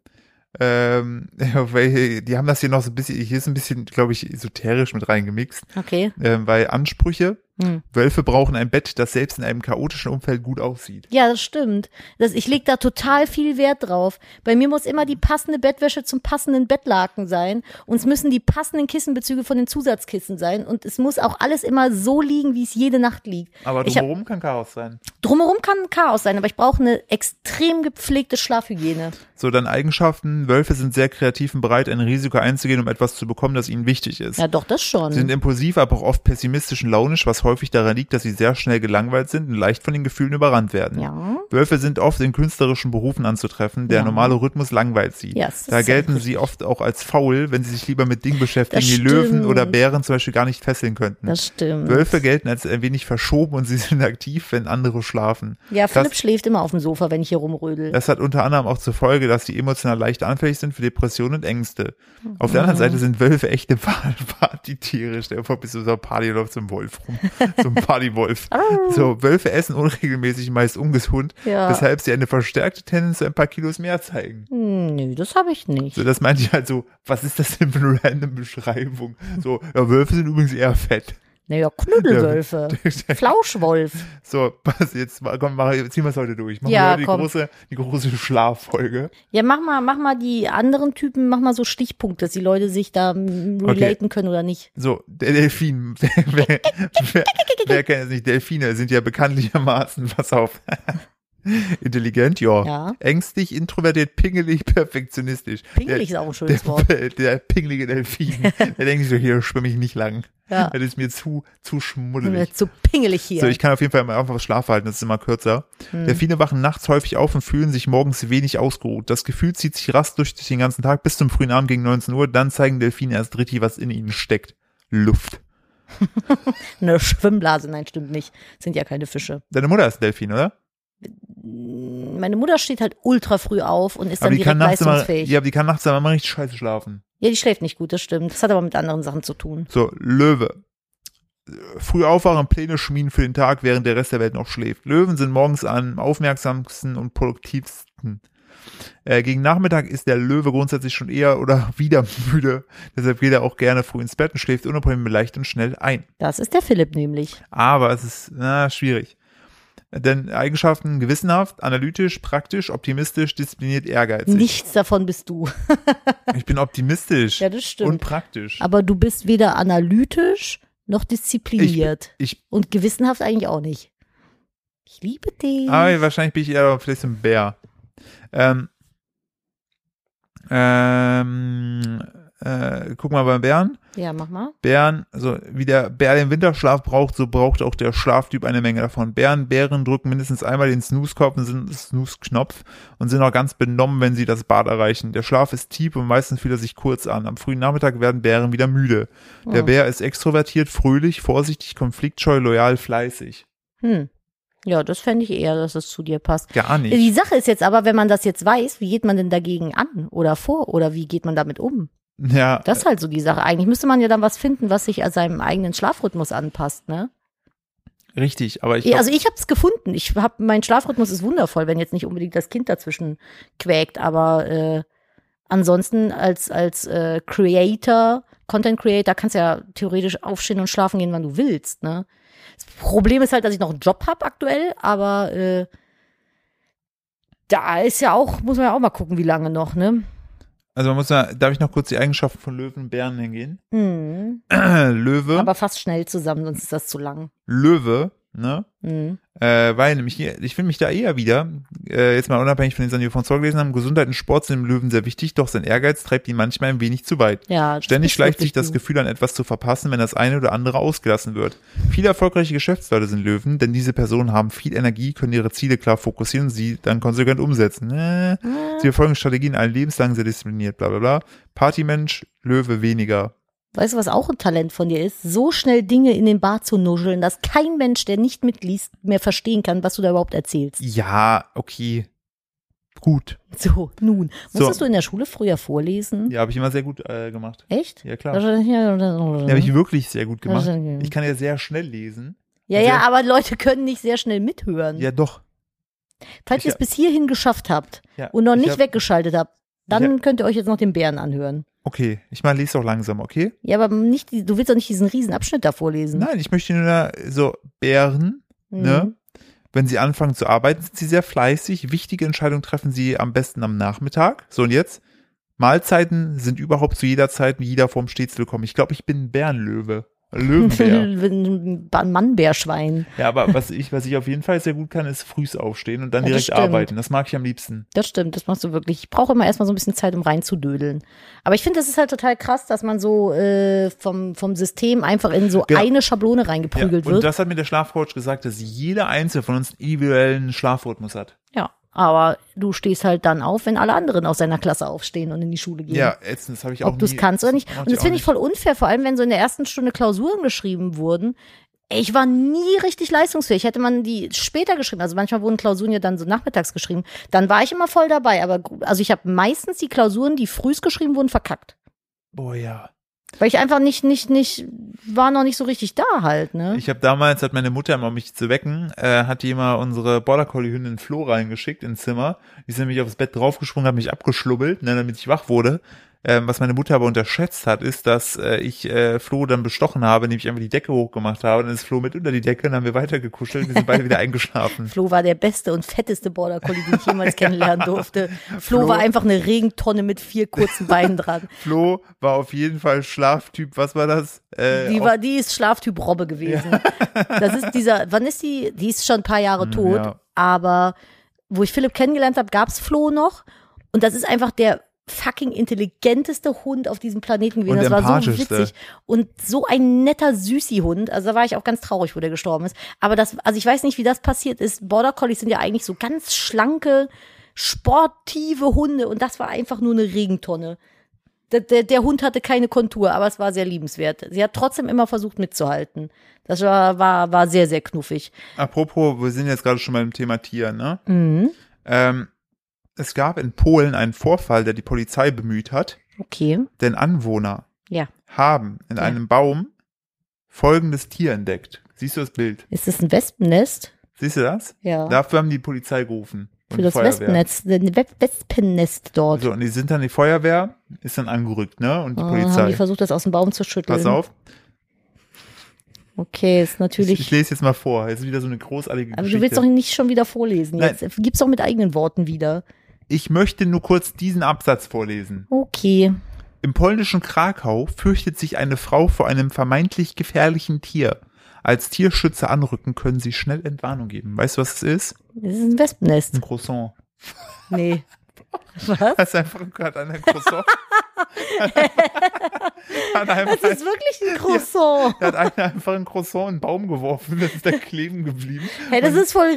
[SPEAKER 1] ähm, weil die haben das hier noch so ein bisschen, hier ist ein bisschen, glaube ich, esoterisch mit reingemixt,
[SPEAKER 2] Okay.
[SPEAKER 1] ähm, weil Ansprüche,
[SPEAKER 2] Hm.
[SPEAKER 1] Wölfe brauchen ein Bett, das selbst in einem chaotischen Umfeld gut aussieht.
[SPEAKER 2] Ja, das stimmt. Das, ich leg da total viel Wert drauf. Bei mir muss immer die passende Bettwäsche zum passenden Bettlaken sein. Und es müssen die passenden Kissenbezüge von den Zusatzkissen sein. Und es muss auch alles immer so liegen, wie es jede Nacht liegt.
[SPEAKER 1] Aber
[SPEAKER 2] ich hab,
[SPEAKER 1] drumherum kann Chaos sein.
[SPEAKER 2] drumherum kann Chaos sein, aber ich brauche eine extrem gepflegte Schlafhygiene.
[SPEAKER 1] So, dann Eigenschaften. Wölfe sind sehr kreativ und bereit, ein Risiko einzugehen, um etwas zu bekommen, das ihnen wichtig ist.
[SPEAKER 2] Ja, doch, das
[SPEAKER 1] Sie sind
[SPEAKER 2] schon.
[SPEAKER 1] impulsiv, aber auch oft pessimistisch und launisch, was häufig daran liegt, dass sie sehr schnell gelangweilt sind und leicht von den Gefühlen überrannt werden.
[SPEAKER 2] Ja.
[SPEAKER 1] Wölfe sind oft in künstlerischen Berufen anzutreffen, der
[SPEAKER 2] Ja.
[SPEAKER 1] normale Rhythmus langweilt sie.
[SPEAKER 2] Ja, das ist
[SPEAKER 1] da
[SPEAKER 2] ja
[SPEAKER 1] gelten sie oft auch als faul, wenn sie sich lieber mit Dingen beschäftigen,
[SPEAKER 2] Das
[SPEAKER 1] die Löwen
[SPEAKER 2] stimmt.
[SPEAKER 1] oder Bären zum Beispiel gar nicht fesseln könnten.
[SPEAKER 2] Das stimmt.
[SPEAKER 1] Wölfe gelten als ein wenig verschoben und sie sind aktiv, wenn andere schlafen.
[SPEAKER 2] Ja, Philipp
[SPEAKER 1] das,
[SPEAKER 2] schläft immer auf dem Sofa, wenn ich hier rumrödel.
[SPEAKER 1] das hat unter anderem auch zur Folge, dass sie emotional leicht anfällig sind für Depressionen und Ängste. Auf der
[SPEAKER 2] Mhm.
[SPEAKER 1] anderen Seite sind Wölfe echte Pa- Partytiere. Stell dir vor, bist du so ein Party läuft so ein Wolf rum. So ein Partywolf.
[SPEAKER 2] Ah.
[SPEAKER 1] so, Wölfe essen unregelmäßig, meist ungesund,
[SPEAKER 2] Ja.
[SPEAKER 1] weshalb sie eine verstärkte Tendenz zu ein paar Kilos mehr zeigen.
[SPEAKER 2] Hm, Nö, das habe ich nicht.
[SPEAKER 1] So, das meinte ich halt so, was ist das denn für eine random Beschreibung? So, ja, Wölfe sind übrigens eher fett.
[SPEAKER 2] Naja, Knuddelwölfe. Flauschwolf.
[SPEAKER 1] So, pass jetzt, mal- komm, mach, ziehen wir es heute durch. Machen
[SPEAKER 2] Ja,
[SPEAKER 1] wir die
[SPEAKER 2] komm.
[SPEAKER 1] große, die große Schlaffolge.
[SPEAKER 2] Ja, mach mal, mach mal die anderen Typen, mach mal so Stichpunkte, dass die Leute sich da mm,
[SPEAKER 1] Okay.
[SPEAKER 2] relaten können oder nicht.
[SPEAKER 1] So, der Delfin. wer, wer, wer kennt es nicht? Delfine sind ja bekanntlichermaßen, pass auf. Intelligent, ja.
[SPEAKER 2] Ja.
[SPEAKER 1] Ängstlich, introvertiert, pingelig, perfektionistisch.
[SPEAKER 2] Pingelig ist
[SPEAKER 1] der,
[SPEAKER 2] auch ein schönes Wort.
[SPEAKER 1] der, der pingelige Delfin. der denkt sich so, hier schwimme ich nicht lang.
[SPEAKER 2] Ja.
[SPEAKER 1] Das ist mir zu, zu
[SPEAKER 2] Sind wir
[SPEAKER 1] schmuddelig.
[SPEAKER 2] Zu pingelig hier.
[SPEAKER 1] So, ich kann auf jeden Fall mal einfach schlafverhalten, das ist immer kürzer.
[SPEAKER 2] Hm.
[SPEAKER 1] Delfine wachen nachts häufig auf und fühlen sich morgens wenig ausgeruht. Das Gefühl zieht sich rast durch den ganzen Tag bis zum frühen Abend gegen 19 Uhr, dann zeigen Delfine erst richtig, was in ihnen steckt. Luft.
[SPEAKER 2] Eine Schwimmblase, nein, stimmt nicht. Sind ja keine Fische.
[SPEAKER 1] Deine Mutter ist ein Delfin, oder?
[SPEAKER 2] Meine Mutter steht halt ultra früh auf und ist dann
[SPEAKER 1] aber die kann
[SPEAKER 2] direkt
[SPEAKER 1] nachts immer,
[SPEAKER 2] leistungsfähig.
[SPEAKER 1] ja, aber die kann nachts immer richtig scheiße schlafen.
[SPEAKER 2] ja, die schläft nicht gut, das stimmt. Das hat aber mit anderen Sachen zu tun.
[SPEAKER 1] So, Löwe. Früh aufwachen, Pläne schmieden für den Tag, während der Rest der Welt noch schläft. Löwen sind morgens am aufmerksamsten und produktivsten. Äh, gegen Nachmittag ist der Löwe grundsätzlich schon eher oder wieder müde. Deshalb geht er auch gerne früh ins Bett und schläft unabhängig leicht und schnell ein.
[SPEAKER 2] Das ist der Philipp nämlich.
[SPEAKER 1] Aber es ist na, schwierig. Denn Eigenschaften gewissenhaft, analytisch, praktisch, optimistisch, diszipliniert, ehrgeizig.
[SPEAKER 2] Nichts davon bist du.
[SPEAKER 1] Ich bin optimistisch
[SPEAKER 2] Ja, das
[SPEAKER 1] und
[SPEAKER 2] stimmt.
[SPEAKER 1] praktisch.
[SPEAKER 2] Aber du bist weder analytisch noch diszipliniert.
[SPEAKER 1] Ich
[SPEAKER 2] Und gewissenhaft eigentlich auch nicht. Ich liebe dich.
[SPEAKER 1] Aber Ah, wahrscheinlich bin ich eher vielleicht so ein Bär. Ähm, ähm, äh, guck mal beim Bären.
[SPEAKER 2] ja, mach mal.
[SPEAKER 1] Bären, also wie der Bär den Winterschlaf braucht, so braucht auch der Schlaftyp eine Menge davon. Bären, Bären drücken mindestens einmal den Snooze-Knopf und sind, Snooze-Knopf und sind auch ganz benommen, wenn sie das Bad erreichen. Der Schlaf ist tief und meistens fühlt er sich kurz an. Am frühen Nachmittag werden Bären wieder müde. Der
[SPEAKER 2] Oh.
[SPEAKER 1] Bär ist extrovertiert, fröhlich, vorsichtig, konfliktscheu, loyal, fleißig.
[SPEAKER 2] Hm. Ja, das fände ich eher, dass es zu dir passt.
[SPEAKER 1] Gar nicht.
[SPEAKER 2] Die Sache ist jetzt aber, wenn man das jetzt weiß, wie geht man denn dagegen an oder vor oder wie geht man damit um?
[SPEAKER 1] ja,
[SPEAKER 2] Das ist halt so die Sache. Eigentlich müsste man ja dann was finden, was sich an seinem eigenen Schlafrhythmus anpasst, ne?
[SPEAKER 1] richtig. Aber ich
[SPEAKER 2] Ja,
[SPEAKER 1] glaub,
[SPEAKER 2] also ich habe es gefunden. Ich hab, mein Schlafrhythmus ist wundervoll, wenn jetzt nicht unbedingt das Kind dazwischen quäkt, aber äh, ansonsten als als äh, Creator, Content Creator kannst du ja theoretisch aufstehen und schlafen gehen, wann du willst, ne? Das Problem ist halt, dass ich noch einen Job habe aktuell, aber äh, da ist ja auch, muss man ja auch mal gucken, wie lange noch, ne?
[SPEAKER 1] Also man muss ja, darf ich noch kurz die Eigenschaften von Löwen und Bären hingehen?
[SPEAKER 2] Hm.
[SPEAKER 1] Löwe,
[SPEAKER 2] Aber fast schnell zusammen, sonst ist das zu lang.
[SPEAKER 1] Löwe Ne?
[SPEAKER 2] Mhm.
[SPEAKER 1] Äh, weil nämlich hier, ich finde mich da eher wieder, äh, jetzt mal unabhängig von den Sachen, die wir von Zoll gelesen haben, Gesundheit und Sport sind dem Löwen sehr wichtig, doch sein Ehrgeiz treibt ihn manchmal ein wenig zu weit.
[SPEAKER 2] Ja, das
[SPEAKER 1] Ständig
[SPEAKER 2] ist
[SPEAKER 1] schleicht
[SPEAKER 2] wirklich
[SPEAKER 1] sich das
[SPEAKER 2] du.
[SPEAKER 1] Gefühl an, etwas zu verpassen, wenn das eine oder andere ausgelassen wird. Viele erfolgreiche Geschäftsleute sind Löwen, denn diese Personen haben viel Energie, können ihre Ziele klar fokussieren und sie dann konsequent umsetzen. Äh, Sie verfolgen Strategien allen lebenslang sehr diszipliniert, bla bla bla. Partymensch, Löwe weniger.
[SPEAKER 2] Weißt du, was auch ein Talent von dir ist? So schnell Dinge in den Bart zu nuscheln, dass kein Mensch, der nicht mitliest, mehr verstehen kann, was du da überhaupt erzählst.
[SPEAKER 1] Ja, okay. Gut.
[SPEAKER 2] So, nun.
[SPEAKER 1] So.
[SPEAKER 2] Musstest du in der Schule früher vorlesen?
[SPEAKER 1] Ja, habe ich immer sehr gut äh, gemacht.
[SPEAKER 2] Echt?
[SPEAKER 1] Ja,
[SPEAKER 2] Ja,
[SPEAKER 1] klar. Ja, habe
[SPEAKER 2] ja,
[SPEAKER 1] ich wirklich sehr gut gemacht. Ich kann ja sehr schnell lesen.
[SPEAKER 2] ja,
[SPEAKER 1] sehr-
[SPEAKER 2] aber Leute können nicht sehr schnell mithören.
[SPEAKER 1] Ja, doch.
[SPEAKER 2] Falls
[SPEAKER 1] ich-
[SPEAKER 2] ihr es bis hierhin geschafft habt
[SPEAKER 1] Ja,
[SPEAKER 2] und noch
[SPEAKER 1] ich
[SPEAKER 2] nicht
[SPEAKER 1] hab-
[SPEAKER 2] weggeschaltet habt,
[SPEAKER 1] Ich
[SPEAKER 2] dann könnt ihr euch jetzt noch den Bären anhören.
[SPEAKER 1] Okay, ich mal lese auch langsam, okay?
[SPEAKER 2] Ja, aber nicht, die- du willst doch nicht diesen riesen Abschnitt da vorlesen.
[SPEAKER 1] Nein, ich möchte nur da so Bären,
[SPEAKER 2] Mhm.
[SPEAKER 1] ne? Wenn sie anfangen zu arbeiten, sind sie sehr fleißig. Wichtige Entscheidungen treffen sie am besten am Nachmittag. So und jetzt? Mahlzeiten sind überhaupt zu jeder Zeit in jeder Form stets willkommen. Ich glaube, ich bin ein Bärenlöwe. Löwenbär.
[SPEAKER 2] Mhm. Ein Mannbärschwein.
[SPEAKER 1] ja, aber was ich, was ich auf jeden Fall sehr gut kann, ist frühs aufstehen und dann
[SPEAKER 2] Ja, das
[SPEAKER 1] direkt
[SPEAKER 2] stimmt.
[SPEAKER 1] arbeiten. Das mag ich am liebsten.
[SPEAKER 2] Das stimmt, das machst du wirklich. Ich brauche immer erstmal so ein bisschen Zeit, um reinzudödeln. Aber ich finde, das ist halt total krass, dass man so äh, vom, vom System einfach in so
[SPEAKER 1] Genau.
[SPEAKER 2] eine Schablone reingeprügelt
[SPEAKER 1] und
[SPEAKER 2] wird.
[SPEAKER 1] das hat mir der Schlafcoach gesagt, dass jeder Einzelne von uns einen individuellen Schlafrhythmus hat.
[SPEAKER 2] Ja. Aber du stehst halt dann auf, wenn alle anderen aus deiner Klasse aufstehen und in die Schule gehen.
[SPEAKER 1] Ja, ätzend, das habe ich auch
[SPEAKER 2] ob du es
[SPEAKER 1] nie-
[SPEAKER 2] kannst oder nicht.
[SPEAKER 1] mochte
[SPEAKER 2] Und das
[SPEAKER 1] auch
[SPEAKER 2] finde ich
[SPEAKER 1] nicht.
[SPEAKER 2] voll unfair, vor allem wenn so in der ersten Stunde Klausuren geschrieben wurden. Ey, Ich war nie richtig leistungsfähig. Hätte man die später geschrieben, also manchmal wurden Klausuren ja dann so nachmittags geschrieben, dann war ich immer voll dabei. Aber gu- also ich habe meistens die Klausuren, die frühst geschrieben wurden, verkackt.
[SPEAKER 1] Boah, ja.
[SPEAKER 2] Weil ich einfach nicht, nicht, nicht, war noch nicht so richtig da halt, ne?
[SPEAKER 1] Ich habe damals, hat meine Mutter immer, um mich zu wecken, äh, hat die immer unsere Border Collie Hündin Flo reingeschickt ins Zimmer. Die ist nämlich aufs Bett draufgesprungen, hat mich abgeschlubbelt, ne, damit ich wach wurde. Ähm, was meine Mutter aber unterschätzt hat, ist, dass äh, ich äh, Flo dann bestochen habe, indem ich einfach die Decke hochgemacht habe. Dann ist Flo mit unter die Decke, dann haben wir weitergekuschelt, wir sind beide wieder eingeschlafen.
[SPEAKER 2] Flo war der beste und fetteste Border Collie, den ich jemals kennenlernen durfte. Flo,
[SPEAKER 1] Flo-
[SPEAKER 2] war einfach eine Regentonne mit vier kurzen Beinen dran.
[SPEAKER 1] Flo war auf jeden Fall Schlaftyp, was war das? Äh,
[SPEAKER 2] Die,
[SPEAKER 1] auf-
[SPEAKER 2] war, die ist Schlaftyp Robbe gewesen. Das ist dieser, wann ist die? Die ist schon ein paar Jahre tot,
[SPEAKER 1] Hm, ja.
[SPEAKER 2] aber wo ich Philipp kennengelernt habe, gab's Flo noch. Und das ist einfach der fucking intelligenteste Hund auf diesem Planeten gewesen.
[SPEAKER 1] Und
[SPEAKER 2] das war so
[SPEAKER 1] empathischste.
[SPEAKER 2] witzig. Und so ein netter, süßi Hund. Also da war ich auch ganz traurig, wo der gestorben ist. Aber das, also ich weiß nicht, wie das passiert ist. Border Collies sind ja eigentlich so ganz schlanke, sportive Hunde. Und das war einfach nur eine Regentonne. Der, der, der Hund hatte keine Kontur, aber es war sehr liebenswert. Sie hat trotzdem immer versucht mitzuhalten. Das war, war, war sehr, sehr knuffig.
[SPEAKER 1] Apropos, wir sind jetzt gerade schon beim Thema Tier, ne?
[SPEAKER 2] Mhm,
[SPEAKER 1] Ähm, es gab in Polen einen Vorfall, der die Polizei bemüht hat,
[SPEAKER 2] Okay,
[SPEAKER 1] denn Anwohner
[SPEAKER 2] ja.
[SPEAKER 1] haben in
[SPEAKER 2] Ja.
[SPEAKER 1] einem Baum folgendes Tier entdeckt. Siehst du das Bild?
[SPEAKER 2] Ist das ein Wespennest?
[SPEAKER 1] Siehst du das?
[SPEAKER 2] Ja.
[SPEAKER 1] Dafür haben die Polizei gerufen. und
[SPEAKER 2] Für
[SPEAKER 1] die
[SPEAKER 2] das
[SPEAKER 1] Feuerwehr.
[SPEAKER 2] Wespennetz, den Wep- Wespennest dort.
[SPEAKER 1] So, und die sind dann, die Feuerwehr ist dann angerückt, ne? Und die
[SPEAKER 2] Ah, Haben
[SPEAKER 1] Polizei.
[SPEAKER 2] die versucht, das aus dem Baum zu schütteln.
[SPEAKER 1] Pass auf,
[SPEAKER 2] Okay, ist
[SPEAKER 1] ich,
[SPEAKER 2] natürlich.
[SPEAKER 1] ich lese jetzt mal vor. Jetzt ist wieder so eine großartige
[SPEAKER 2] aber
[SPEAKER 1] Geschichte.
[SPEAKER 2] du willst doch nicht schon wieder vorlesen.
[SPEAKER 1] Nein.
[SPEAKER 2] Jetzt gib's doch mit eigenen Worten wieder.
[SPEAKER 1] ich möchte nur kurz diesen Absatz vorlesen.
[SPEAKER 2] Okay.
[SPEAKER 1] Im polnischen Krakau fürchtet sich eine Frau vor einem vermeintlich gefährlichen Tier. Als Tierschützer anrücken, können sie schnell Entwarnung geben. Weißt du, was es ist?
[SPEAKER 2] Es ist ein Wespennest.
[SPEAKER 1] Ein Croissant.
[SPEAKER 2] Nee. Was?
[SPEAKER 1] Das ist einfach gerade an der Croissant. hat
[SPEAKER 2] Das
[SPEAKER 1] einfach,
[SPEAKER 2] ist wirklich ein Croissant.
[SPEAKER 1] hat einer einfach ein Croissant in den Baum geworfen, das ist da kleben geblieben.
[SPEAKER 2] Hey, das ist voll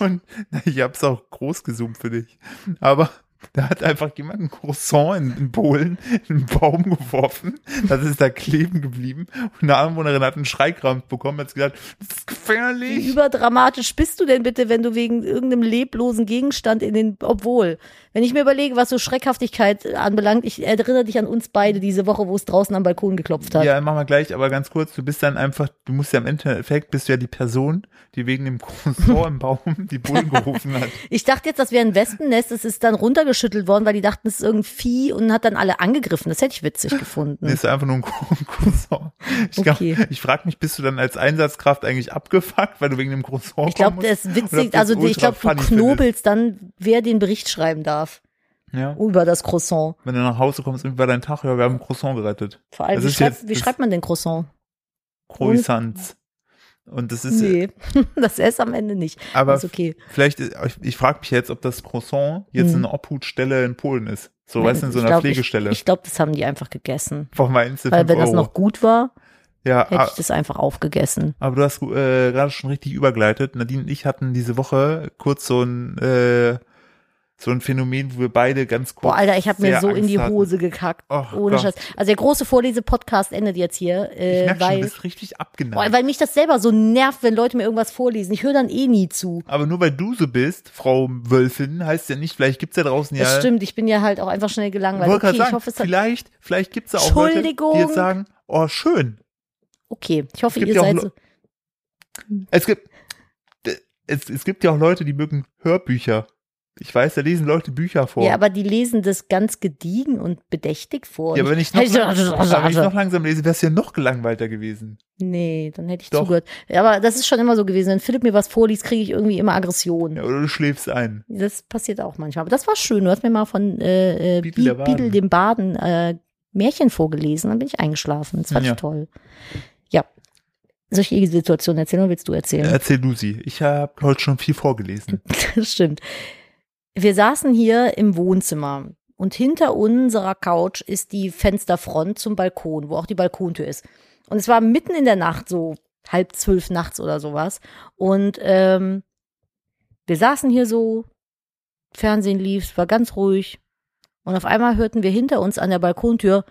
[SPEAKER 1] Und na, ich hab's auch groß gezoomt für dich. Aber da hat einfach jemand ein Croissant in, in Polen in einen Baum geworfen. Das ist da kleben geblieben. Und eine Anwohnerin hat einen Schreikrampf bekommen, hat gesagt, das ist
[SPEAKER 2] Wie
[SPEAKER 1] gefährlich.
[SPEAKER 2] überdramatisch bist du denn bitte, wenn du wegen irgendeinem leblosen Gegenstand in den, obwohl, wenn ich mir überlege, was so Schreckhaftigkeit anbelangt, ich erinnere dich an uns beide diese Woche, wo es draußen am Balkon geklopft hat.
[SPEAKER 1] Ja, machen wir gleich, aber ganz kurz, du bist dann einfach, du musst ja im Endeffekt, bist du ja die Person, die wegen dem Croissant im Baum die Bullen gerufen hat.
[SPEAKER 2] Ich dachte jetzt, das wäre ein Wespennest, es ist dann runtergeschüttelt worden, weil die dachten, es ist irgendein Vieh und hat dann alle angegriffen. Das hätte ich witzig gefunden.
[SPEAKER 1] Nee, ist einfach nur ein Cro- Croissant. Ich, glaub,
[SPEAKER 2] Okay.
[SPEAKER 1] ich frage mich, bist du dann als Einsatzkraft eigentlich abgefuckt, weil du wegen dem Croissant
[SPEAKER 2] ich glaube,
[SPEAKER 1] kommen
[SPEAKER 2] das ist
[SPEAKER 1] musst? Oder ob
[SPEAKER 2] witzig,
[SPEAKER 1] das
[SPEAKER 2] also ich
[SPEAKER 1] ultra
[SPEAKER 2] glaube, du
[SPEAKER 1] funny findest?
[SPEAKER 2] knobelst dann, wer den Bericht schreiben darf
[SPEAKER 1] Ja.
[SPEAKER 2] über das Croissant.
[SPEAKER 1] Wenn du nach Hause kommst, irgendwie war dein Tag, ja, wir haben ein Croissant gerettet.
[SPEAKER 2] Vor allem,
[SPEAKER 1] Das
[SPEAKER 2] wie
[SPEAKER 1] ist
[SPEAKER 2] schreibt,
[SPEAKER 1] jetzt-
[SPEAKER 2] wie
[SPEAKER 1] das-
[SPEAKER 2] schreibt man denn Croissant?
[SPEAKER 1] Croissants. Und das ist,
[SPEAKER 2] Nee, das S am Ende nicht.
[SPEAKER 1] aber
[SPEAKER 2] ist okay.
[SPEAKER 1] vielleicht, ist- ich, ich frage mich jetzt, ob das Croissant jetzt eine Obhutstelle in Polen ist. So, weißt du, in so
[SPEAKER 2] Mhm. Ich
[SPEAKER 1] einer
[SPEAKER 2] glaub,
[SPEAKER 1] Pflegestelle.
[SPEAKER 2] Ich, ich glaube, das haben die einfach gegessen.
[SPEAKER 1] Warum meinst du
[SPEAKER 2] Weil
[SPEAKER 1] 5
[SPEAKER 2] wenn das
[SPEAKER 1] Euro?
[SPEAKER 2] noch gut war,
[SPEAKER 1] ja,
[SPEAKER 2] hätte
[SPEAKER 1] ah,
[SPEAKER 2] ich das einfach aufgegessen.
[SPEAKER 1] aber du hast äh, gerade schon richtig übergeleitet. Nadine und ich hatten diese Woche kurz so ein, äh, so ein Phänomen, wo wir beide ganz kurz.
[SPEAKER 2] Boah, Alter, ich habe mir
[SPEAKER 1] sehr
[SPEAKER 2] so in
[SPEAKER 1] Angst
[SPEAKER 2] die
[SPEAKER 1] hatten.
[SPEAKER 2] Hose gekackt.
[SPEAKER 1] Och
[SPEAKER 2] ohne
[SPEAKER 1] Gott.
[SPEAKER 2] Scheiß. Also der große Vorlese-Podcast endet jetzt hier,
[SPEAKER 1] Ich
[SPEAKER 2] äh,
[SPEAKER 1] merk schon, du
[SPEAKER 2] weil,
[SPEAKER 1] bist richtig
[SPEAKER 2] boah,
[SPEAKER 1] abgeneigt.
[SPEAKER 2] weil mich das selber so nervt, wenn Leute mir irgendwas vorlesen. Ich höre dann eh nie zu.
[SPEAKER 1] aber nur weil du so bist, Frau Wölfin, heißt ja nicht, vielleicht gibt's da draußen ja.
[SPEAKER 2] Das stimmt, ich bin ja halt auch einfach schnell
[SPEAKER 1] Ich
[SPEAKER 2] gelangweilt.
[SPEAKER 1] wollte gerade
[SPEAKER 2] Okay, ich
[SPEAKER 1] sagen,
[SPEAKER 2] hoffe, es hat,
[SPEAKER 1] vielleicht, vielleicht gibt's da auch Leute, die
[SPEAKER 2] Entschuldigung.
[SPEAKER 1] jetzt sagen, oh, schön.
[SPEAKER 2] okay, ich hoffe,
[SPEAKER 1] Es gibt
[SPEAKER 2] ihr
[SPEAKER 1] ja auch
[SPEAKER 2] seid
[SPEAKER 1] Lo-
[SPEAKER 2] so.
[SPEAKER 1] Es gibt, es, es gibt ja auch Leute, die mögen Hörbücher. Ich weiß, da lesen Leute Bücher vor.
[SPEAKER 2] Ja, aber die lesen das ganz gediegen und bedächtig vor.
[SPEAKER 1] Ja,
[SPEAKER 2] Und
[SPEAKER 1] aber wenn
[SPEAKER 2] also,
[SPEAKER 1] ich noch, aber wenn ich noch langsam lese, wär's ja noch gelangweilter gewesen.
[SPEAKER 2] nee, dann hätte ich
[SPEAKER 1] Doch.
[SPEAKER 2] zugehört. Ja, Aber das ist schon immer so gewesen. Wenn Philipp mir was vorliest, kriege ich irgendwie immer Aggression.
[SPEAKER 1] Ja, oder du schläfst ein.
[SPEAKER 2] Das passiert auch manchmal. Aber das war schön. Du hast mir mal von äh, äh,
[SPEAKER 1] Beetle der
[SPEAKER 2] Beat- Beetle
[SPEAKER 1] Baden.
[SPEAKER 2] dem Baden äh, Märchen vorgelesen. Dann bin ich eingeschlafen. Das fand
[SPEAKER 1] Ja.
[SPEAKER 2] ich toll. Ja. Soll ich die Situation erzählen oder willst du erzählen?
[SPEAKER 1] Erzähl du sie. Ich habe heute schon viel vorgelesen.
[SPEAKER 2] Das stimmt. Wir saßen hier im Wohnzimmer und hinter unserer Couch ist die Fensterfront zum Balkon, wo auch die Balkontür ist. Und es war mitten in der Nacht, so halb zwölf nachts oder sowas. Und ähm, wir saßen hier so, Fernsehen lief, es war ganz ruhig. Und auf einmal hörten wir hinter uns an der Balkontür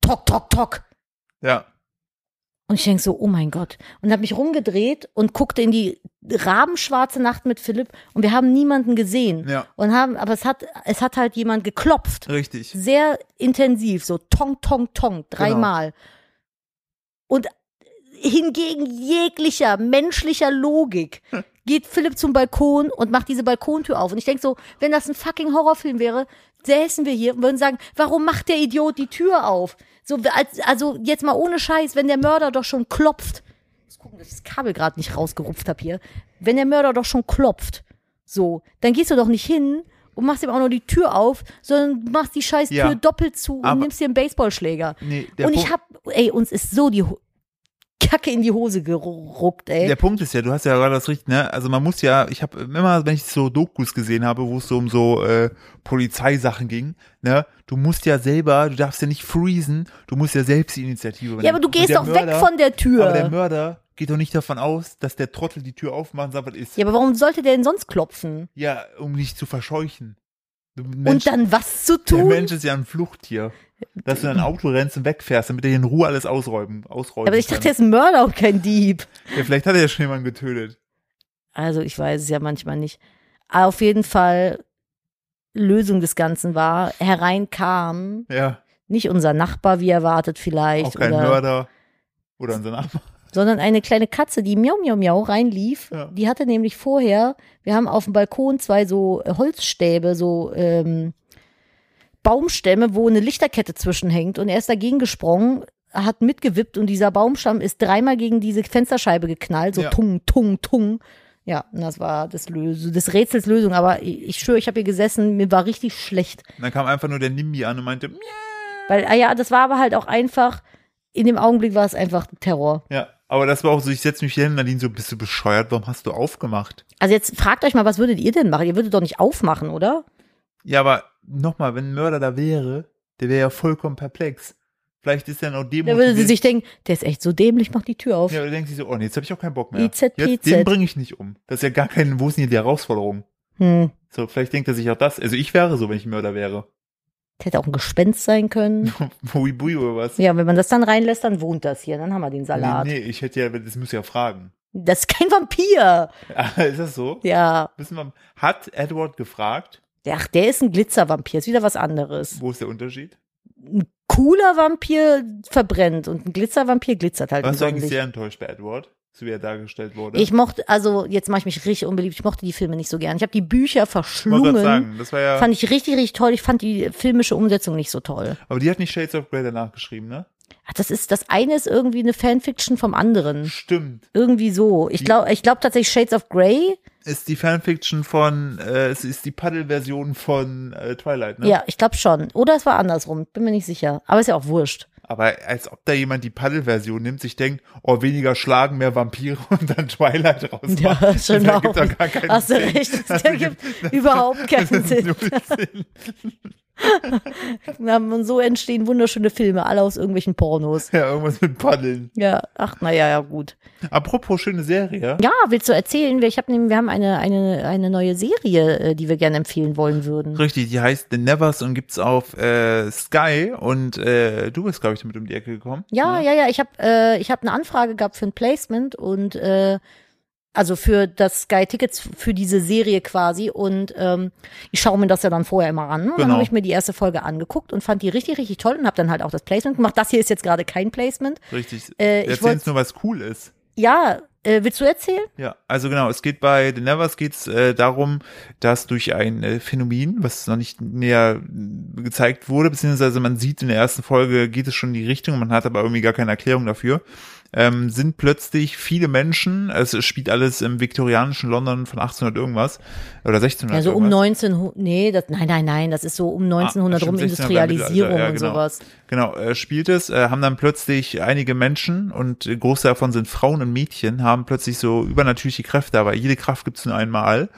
[SPEAKER 2] Tok, Tok, Tok.
[SPEAKER 1] Ja.
[SPEAKER 2] Und ich denke so, oh mein Gott. Und habe mich rumgedreht und guckte in die rabenschwarze Nacht mit Philipp und wir haben niemanden gesehen.
[SPEAKER 1] Ja.
[SPEAKER 2] Und haben, aber es hat, es hat halt jemand geklopft.
[SPEAKER 1] Richtig.
[SPEAKER 2] Sehr intensiv, so tong, tong, tong, dreimal. Und hingegen jeglicher menschlicher Logik geht Philipp zum Balkon und macht diese Balkontür auf. Und ich denke so, wenn das ein fucking Horrorfilm wäre, säßen wir hier und würden sagen, warum macht der Idiot die Tür auf? So, als, also jetzt mal ohne Scheiß, wenn der Mörder doch schon klopft. Muss gucken, dass ich das Kabel gerade nicht rausgerupft habe hier. Wenn der Mörder doch schon klopft, so, dann gehst du doch nicht hin und machst ihm auch nur die Tür auf, sondern machst die scheiß Tür
[SPEAKER 1] Ja.
[SPEAKER 2] doppelt zu und
[SPEAKER 1] Aber-
[SPEAKER 2] nimmst dir einen Baseballschläger.
[SPEAKER 1] Nee, der
[SPEAKER 2] Und ich
[SPEAKER 1] Punkt-
[SPEAKER 2] hab, ey, uns ist so die Ho- Kacke in die Hose geruckt, ey.
[SPEAKER 1] Der Punkt ist ja, du hast ja gerade das richtig, ne? Also man muss ja, ich habe immer, wenn ich so Dokus gesehen habe, wo es so um so äh, Polizeisachen ging, ne? Du musst ja selber, du darfst ja nicht freezen, du musst ja selbst die Initiative übernehmen.
[SPEAKER 2] ja, aber du
[SPEAKER 1] Und
[SPEAKER 2] gehst
[SPEAKER 1] der
[SPEAKER 2] doch weg
[SPEAKER 1] Mörder-
[SPEAKER 2] von der Tür.
[SPEAKER 1] Aber der Mörder geht doch nicht davon aus, dass der Trottel die Tür aufmacht und sagt, was ist.
[SPEAKER 2] ja, aber warum sollte der denn sonst klopfen?
[SPEAKER 1] Ja, um dich zu verscheuchen. Du
[SPEAKER 2] und
[SPEAKER 1] Mensch-
[SPEAKER 2] dann was zu
[SPEAKER 1] der
[SPEAKER 2] tun?
[SPEAKER 1] Mensch ist ja ein Fluchttier. Dass du in ein Auto rennst und wegfährst, damit er hier in Ruhe alles ausräumen, ausräumen
[SPEAKER 2] aber ich dachte,
[SPEAKER 1] kann.
[SPEAKER 2] er ist ein Mörder und kein Dieb.
[SPEAKER 1] Ja, vielleicht hat er ja schon jemanden getötet.
[SPEAKER 2] Also ich weiß es ja manchmal nicht. Aber auf jeden Fall, Lösung des Ganzen war, hereinkam,
[SPEAKER 1] Ja,
[SPEAKER 2] nicht unser Nachbar, wie erwartet vielleicht,
[SPEAKER 1] auch kein
[SPEAKER 2] oder,
[SPEAKER 1] Mörder. Oder unser Nachbar.
[SPEAKER 2] sondern eine kleine Katze, die miau, miau, miau reinlief.
[SPEAKER 1] Ja.
[SPEAKER 2] Die hatte nämlich vorher, wir haben auf dem Balkon zwei so äh, Holzstäbe, so ähm, Baumstämme, wo eine Lichterkette zwischenhängt und er ist dagegen gesprungen, hat mitgewippt und dieser Baumstamm ist dreimal gegen diese Fensterscheibe geknallt, so
[SPEAKER 1] Ja.
[SPEAKER 2] tung, tung, tung. Ja, und das war das, Lös das Rätsels Lösung, aber ich, ich schwöre, ich habe hier gesessen, mir war richtig schlecht.
[SPEAKER 1] Und dann kam einfach nur der Nimbi an und meinte, "Miau."
[SPEAKER 2] Weil, ah ja, das war aber halt auch einfach, in dem Augenblick war es einfach Terror.
[SPEAKER 1] ja, aber das war auch so, ich setze mich hier hin, Nadine so, bist du bescheuert, warum hast du aufgemacht?
[SPEAKER 2] Also jetzt fragt euch mal, was würdet ihr denn machen? Ihr würdet doch nicht aufmachen, oder?
[SPEAKER 1] Ja, aber nochmal, wenn ein Mörder da wäre, der wäre ja vollkommen perplex. Vielleicht ist er noch dem.
[SPEAKER 2] Da würde sie sich denken, der ist echt so dämlich, macht die Tür auf.
[SPEAKER 1] Ja, oder denkt sie so, oh nee, jetzt habe ich auch keinen Bock mehr.
[SPEAKER 2] IZPZ.
[SPEAKER 1] Jetzt, den bringe ich nicht um. Das ist ja gar kein, wo ist denn hier die Herausforderung?
[SPEAKER 2] Hm.
[SPEAKER 1] So, vielleicht denkt er sich auch das. Also ich wäre so, wenn ich ein Mörder wäre.
[SPEAKER 2] Das hätte auch ein Gespenst sein können.
[SPEAKER 1] Bui bui oder was?
[SPEAKER 2] Ja, wenn man das dann reinlässt, dann wohnt das hier. Dann haben wir den Salat.
[SPEAKER 1] Nee, nee, ich hätte ja, das muss ich ja fragen.
[SPEAKER 2] Das ist kein Vampir.
[SPEAKER 1] ist das so?
[SPEAKER 2] Ja.
[SPEAKER 1] Wissen wir, hat Edward gefragt,
[SPEAKER 2] Ach, der ist ein Glitzervampir. Ist wieder was anderes.
[SPEAKER 1] wo ist der Unterschied?
[SPEAKER 2] Ein cooler Vampir verbrennt und ein Glitzervampir glitzert halt.
[SPEAKER 1] Warst du
[SPEAKER 2] über
[SPEAKER 1] eigentlich
[SPEAKER 2] sich.
[SPEAKER 1] sehr enttäuscht bei Edward, so wie er dargestellt wurde?
[SPEAKER 2] ich mochte, also jetzt mache ich mich richtig unbeliebt. Ich mochte die Filme nicht so gern. Ich habe die Bücher
[SPEAKER 1] wollte
[SPEAKER 2] verschlungen.
[SPEAKER 1] gerade sagen, das war ja,
[SPEAKER 2] Fand ich richtig, richtig toll. Ich fand die filmische Umsetzung nicht so toll.
[SPEAKER 1] aber die hat nicht Shades of Grey danach geschrieben, ne?
[SPEAKER 2] Ach, das ist, das eine ist irgendwie eine Fanfiction vom anderen.
[SPEAKER 1] Stimmt.
[SPEAKER 2] Irgendwie so. Ich glaube ich glaub tatsächlich Shades of Grey.
[SPEAKER 1] Ist die Fanfiction von, äh, es ist die Paddel-Version von äh, Twilight, ne?
[SPEAKER 2] Ja, ich glaube schon. Oder es war andersrum. Bin mir nicht sicher. Aber ist ja auch wurscht.
[SPEAKER 1] Aber als ob da jemand die Paddle-Version nimmt, sich denkt, oh, weniger schlagen, mehr Vampire und dann Twilight raus.
[SPEAKER 2] Ja, schon
[SPEAKER 1] da
[SPEAKER 2] genau.
[SPEAKER 1] gibt doch gar keinen
[SPEAKER 2] Hast du
[SPEAKER 1] Sinn.
[SPEAKER 2] recht, das
[SPEAKER 1] Das
[SPEAKER 2] ergibt überhaupt keinen
[SPEAKER 1] Das ist
[SPEAKER 2] Sinn.
[SPEAKER 1] null Sinn.
[SPEAKER 2] Na, Und so entstehen wunderschöne Filme, alle aus irgendwelchen Pornos.
[SPEAKER 1] Ja, irgendwas mit Paddeln.
[SPEAKER 2] Ja, ach, naja, ja, gut.
[SPEAKER 1] Apropos schöne Serie.
[SPEAKER 2] Ja, willst du erzählen? Wir- Ich hab, nämlich- wir haben eine, eine, eine neue Serie, äh, die wir gerne empfehlen wollen würden.
[SPEAKER 1] Richtig, die heißt The Nevers und gibt's auf äh, Sky und äh, du bist, glaube ich, damit um die Ecke gekommen.
[SPEAKER 2] Ja, ja, ja, ich habe äh, ich hab eine Anfrage gehabt für ein Placement und äh, also für das Sky Tickets für diese Serie quasi und ähm, ich schaue mir das ja dann vorher immer an und dann
[SPEAKER 1] Genau.
[SPEAKER 2] habe ich mir die erste Folge angeguckt und fand die richtig richtig toll und habe dann halt auch das Placement gemacht. Das hier ist jetzt gerade kein Placement.
[SPEAKER 1] Richtig.
[SPEAKER 2] Äh, ich
[SPEAKER 1] Erzähl
[SPEAKER 2] wollt-
[SPEAKER 1] uns nur, was cool ist.
[SPEAKER 2] Ja, äh, willst du erzählen?
[SPEAKER 1] Ja, also genau, es geht bei The Nevers geht's äh, darum, dass durch ein äh, Phänomen, was noch nicht näher äh, gezeigt wurde, beziehungsweise man sieht in der ersten Folge, geht es schon in die Richtung, man hat aber irgendwie gar keine Erklärung dafür, ähm, sind plötzlich viele Menschen, also es spielt alles im viktorianischen London von 1800 irgendwas oder 1600
[SPEAKER 2] Also um
[SPEAKER 1] irgendwas.
[SPEAKER 2] 1900, nee, das, nein, nein, nein, das ist so um 1900 rum
[SPEAKER 1] Ah, stimmt, 1600
[SPEAKER 2] Industrialisierung
[SPEAKER 1] Mittelalter, ja,
[SPEAKER 2] und
[SPEAKER 1] genau.
[SPEAKER 2] sowas.
[SPEAKER 1] Genau, äh, spielt es, äh, haben dann plötzlich einige Menschen und äh, große davon sind Frauen und Mädchen, haben plötzlich so übernatürliche Kräfte, aber jede Kraft gibt's nur einmal.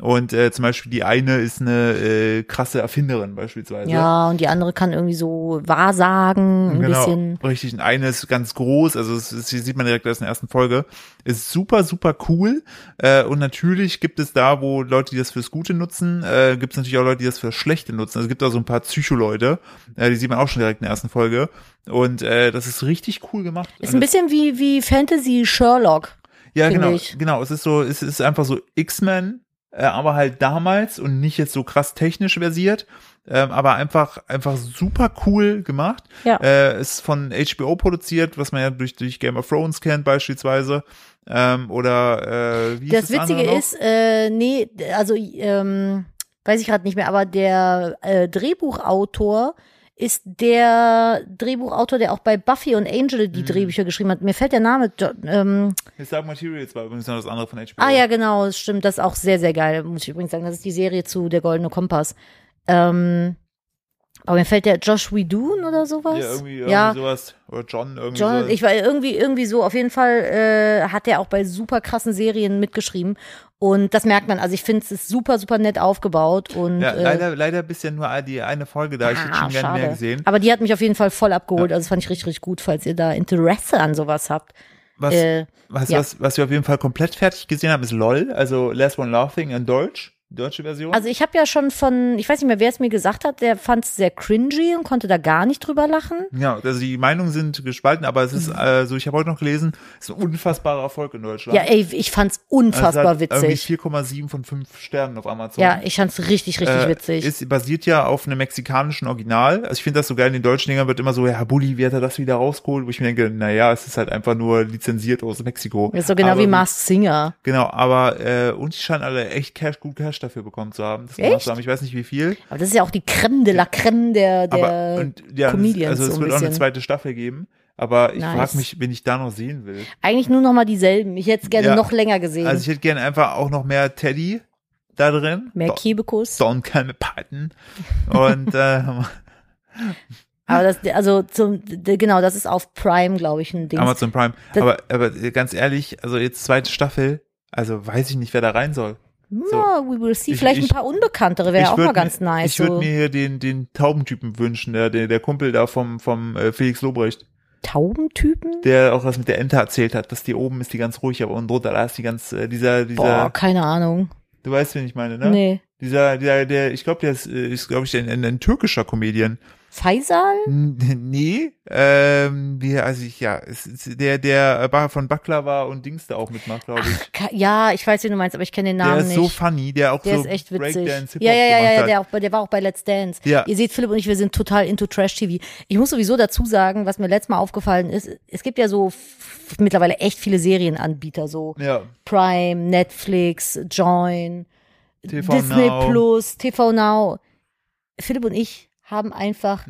[SPEAKER 1] Und äh, zum Beispiel die eine ist eine äh, krasse Erfinderin beispielsweise.
[SPEAKER 2] Ja, und die andere kann irgendwie so wahrsagen, ein
[SPEAKER 1] Also genau,
[SPEAKER 2] bisschen.
[SPEAKER 1] Richtig, und eine ist ganz groß, also es, ist- hier sieht man direkt aus der ersten Folge. Ist super, super cool. Äh, und natürlich gibt es da, wo Leute, die das fürs Gute nutzen, äh, gibt es natürlich auch Leute, die das fürs Schlechte nutzen. Also es gibt da so ein paar Psycho-Leute, äh, die sieht man auch schon direkt in der ersten Folge. Und äh, das ist richtig cool gemacht.
[SPEAKER 2] Ist
[SPEAKER 1] Und
[SPEAKER 2] ein
[SPEAKER 1] das-
[SPEAKER 2] bisschen wie, wie Fantasy Sherlock.
[SPEAKER 1] ja,
[SPEAKER 2] finde
[SPEAKER 1] genau,
[SPEAKER 2] ich.
[SPEAKER 1] genau. Es ist so, es ist einfach so X-Men, äh, aber halt damals und nicht jetzt so krass technisch versiert, ähm, aber einfach einfach super cool gemacht.
[SPEAKER 2] Ja.
[SPEAKER 1] Äh, ist von HBO produziert, was man ja durch, durch Game of Thrones kennt beispielsweise. Ähm, oder äh, wie
[SPEAKER 2] Das
[SPEAKER 1] hieß andere
[SPEAKER 2] Witzige
[SPEAKER 1] noch?
[SPEAKER 2] ist, äh, nee, d- also, ähm, weiß ich gerade nicht mehr, aber der äh, Drehbuchautor ist der Drehbuchautor, der auch bei Buffy und Angel die
[SPEAKER 1] Mhm.
[SPEAKER 2] Drehbücher geschrieben hat. Mir fällt der Name, Jo- ähm,
[SPEAKER 1] His Dark Materials war übrigens noch das andere von HBO.
[SPEAKER 2] Ah ja, genau, es stimmt. Das ist auch sehr, sehr geil, muss ich übrigens sagen. Das ist die Serie zu Der Goldene Kompass. Ähm, aber mir fällt der Josh Whedon oder sowas.
[SPEAKER 1] Ja, irgendwie, irgendwie
[SPEAKER 2] Ja,
[SPEAKER 1] sowas. Oder John irgendwie
[SPEAKER 2] John,
[SPEAKER 1] sowas.
[SPEAKER 2] ich war irgendwie, irgendwie so. Auf jeden Fall äh, hat er auch bei super krassen Serien mitgeschrieben. Und das merkt man. Also ich finde, es ist super, super nett aufgebaut. Und,
[SPEAKER 1] ja,
[SPEAKER 2] äh,
[SPEAKER 1] leider, leider bisher nur die eine Folge da. Ich hätte
[SPEAKER 2] ah,
[SPEAKER 1] schon gerne mehr
[SPEAKER 2] schade.
[SPEAKER 1] gesehen.
[SPEAKER 2] Aber die hat mich auf jeden Fall voll abgeholt. Also das fand ich richtig, richtig gut, falls ihr da Interesse an sowas habt.
[SPEAKER 1] Was,
[SPEAKER 2] Äh,
[SPEAKER 1] Was,
[SPEAKER 2] Ja.
[SPEAKER 1] was, was wir auf jeden Fall komplett fertig gesehen haben, ist LOL, also Last One Laughing in Deutsch, die deutsche Version.
[SPEAKER 2] Also ich habe ja schon von, ich weiß nicht mehr, wer es mir gesagt hat, der fand es sehr cringy und konnte da gar nicht drüber lachen.
[SPEAKER 1] ja, also die Meinungen sind gespalten, aber es ist,
[SPEAKER 2] Mhm.
[SPEAKER 1] äh, so ich habe heute noch gelesen, es ist ein unfassbarer Erfolg in Deutschland.
[SPEAKER 2] Ja, ey, ich fand's
[SPEAKER 1] Also es hat
[SPEAKER 2] unfassbar witzig.
[SPEAKER 1] Irgendwie 4,7 von 5 Sternen auf Amazon.
[SPEAKER 2] Ja, ich fand's richtig, richtig
[SPEAKER 1] Äh,
[SPEAKER 2] witzig.
[SPEAKER 1] Ist, basiert ja auf einem mexikanischen Original. Also ich finde das so geil, in den deutschen Dingern wird immer so, ja, Bulli, wie hat er das wieder rausgeholt? Wo ich mir denke, naja, es ist halt einfach nur lizenziert aus Mexiko.
[SPEAKER 2] Das ist so genau
[SPEAKER 1] aber,
[SPEAKER 2] wie Mars Singer.
[SPEAKER 1] Genau, aber äh, und die scheinen alle echt Cash, gut Cash dafür bekommen zu haben. Das gemacht
[SPEAKER 2] Echt?
[SPEAKER 1] zu haben. Ich weiß nicht, wie viel.
[SPEAKER 2] Aber das ist ja auch die Creme de la Creme der, der
[SPEAKER 1] aber und, ja,
[SPEAKER 2] Comedians
[SPEAKER 1] also es
[SPEAKER 2] so ein
[SPEAKER 1] wird auch eine
[SPEAKER 2] bisschen.
[SPEAKER 1] zweite Staffel geben, aber ich
[SPEAKER 2] Nice.
[SPEAKER 1] frage mich, wen ich da noch sehen will.
[SPEAKER 2] eigentlich nur noch mal dieselben. Ich hätte es gerne
[SPEAKER 1] Ja.
[SPEAKER 2] noch länger gesehen.
[SPEAKER 1] Also ich hätte gerne einfach auch noch mehr Teddy da drin.
[SPEAKER 2] Mehr
[SPEAKER 1] Do-
[SPEAKER 2] Kebekus.
[SPEAKER 1] Don Calme Patton. Und äh,
[SPEAKER 2] Aber das, also zum, d- genau, das ist auf Prime, glaube ich, ein Ding.
[SPEAKER 1] Amazon Prime.
[SPEAKER 2] Das-
[SPEAKER 1] aber, aber ganz ehrlich, also jetzt zweite Staffel, also weiß ich nicht, wer da rein soll.
[SPEAKER 2] Ja, we will see.
[SPEAKER 1] Ich-
[SPEAKER 2] Vielleicht
[SPEAKER 1] ich-
[SPEAKER 2] ein paar unbekanntere wäre
[SPEAKER 1] Ich
[SPEAKER 2] auch
[SPEAKER 1] würd
[SPEAKER 2] mal ganz
[SPEAKER 1] mir-
[SPEAKER 2] nice.
[SPEAKER 1] Ich würde
[SPEAKER 2] so
[SPEAKER 1] mir hier den, den Taubentypen wünschen, der, der, der Kumpel da vom, vom äh, Felix Lobrecht,
[SPEAKER 2] Taubentypen?
[SPEAKER 1] der auch was mit der Ente erzählt hat, dass die oben ist die ganz ruhig, aber unten drunter, da ist die ganz, äh, dieser, dieser,
[SPEAKER 2] Boah, keine Ahnung.
[SPEAKER 1] du weißt, wen ich meine, ne?
[SPEAKER 2] Nee.
[SPEAKER 1] Dieser, der, der, ich glaube, der ist, äh, ist glaube ich, ein, ein, ein türkischer Comedian.
[SPEAKER 2] Faisal?
[SPEAKER 1] N nee, ähm, wie, also ich, ja, es ist der, der Bar- von Baklava und Dings da auch mitmacht, glaube ich.
[SPEAKER 2] Ka- Ja, ich weiß, wen du meinst, aber ich kenne den
[SPEAKER 1] der
[SPEAKER 2] Namen
[SPEAKER 1] ist
[SPEAKER 2] nicht.
[SPEAKER 1] so funny, der auch
[SPEAKER 2] der
[SPEAKER 1] so
[SPEAKER 2] ist echt witzig.
[SPEAKER 1] Breakdance, Hip-Hop
[SPEAKER 2] Ja, ja, ja,
[SPEAKER 1] gemacht
[SPEAKER 2] ja
[SPEAKER 1] hat.
[SPEAKER 2] der, auch, bei- der war auch bei Let's Dance.
[SPEAKER 1] Ja.
[SPEAKER 2] Ihr seht, Philipp und ich, wir sind total into Trash-TV. Ich muss sowieso dazu sagen, was mir letztes Mal aufgefallen ist, es gibt ja so f- mittlerweile echt viele Serienanbieter, so
[SPEAKER 1] ja,
[SPEAKER 2] Prime, Netflix, Join,
[SPEAKER 1] TV
[SPEAKER 2] Disney
[SPEAKER 1] Now.
[SPEAKER 2] Plus, TV Now. Philipp und ich haben einfach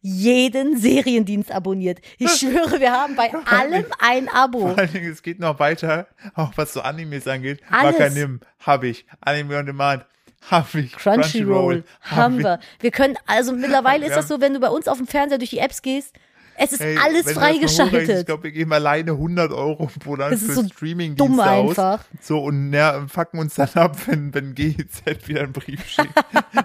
[SPEAKER 2] jeden Seriendienst abonniert. Ich schwöre, wir haben bei allem ein Abo.
[SPEAKER 1] Vor allen Dingen, es geht noch weiter, auch was so Animes angeht.
[SPEAKER 2] Alles.
[SPEAKER 1] Makanim, habe ich. Anime on Demand, Habe ich.
[SPEAKER 2] Crunchyroll haben wir. Wir können, also mittlerweile ist
[SPEAKER 1] Wir
[SPEAKER 2] das so, wenn du bei uns auf dem Fernseher durch die Apps gehst, es ist
[SPEAKER 1] Hey,
[SPEAKER 2] alles
[SPEAKER 1] wenn du das mal hochrechnest, Ich
[SPEAKER 2] freigeschaltet.
[SPEAKER 1] glaube, wir geben alleine 100 Euro pro Land
[SPEAKER 2] Das
[SPEAKER 1] für
[SPEAKER 2] ist so dumm
[SPEAKER 1] Streaming-Dienste aus.
[SPEAKER 2] einfach.
[SPEAKER 1] So, und ja, fucken uns dann ab, wenn, wenn GEZ wieder einen Brief schickt.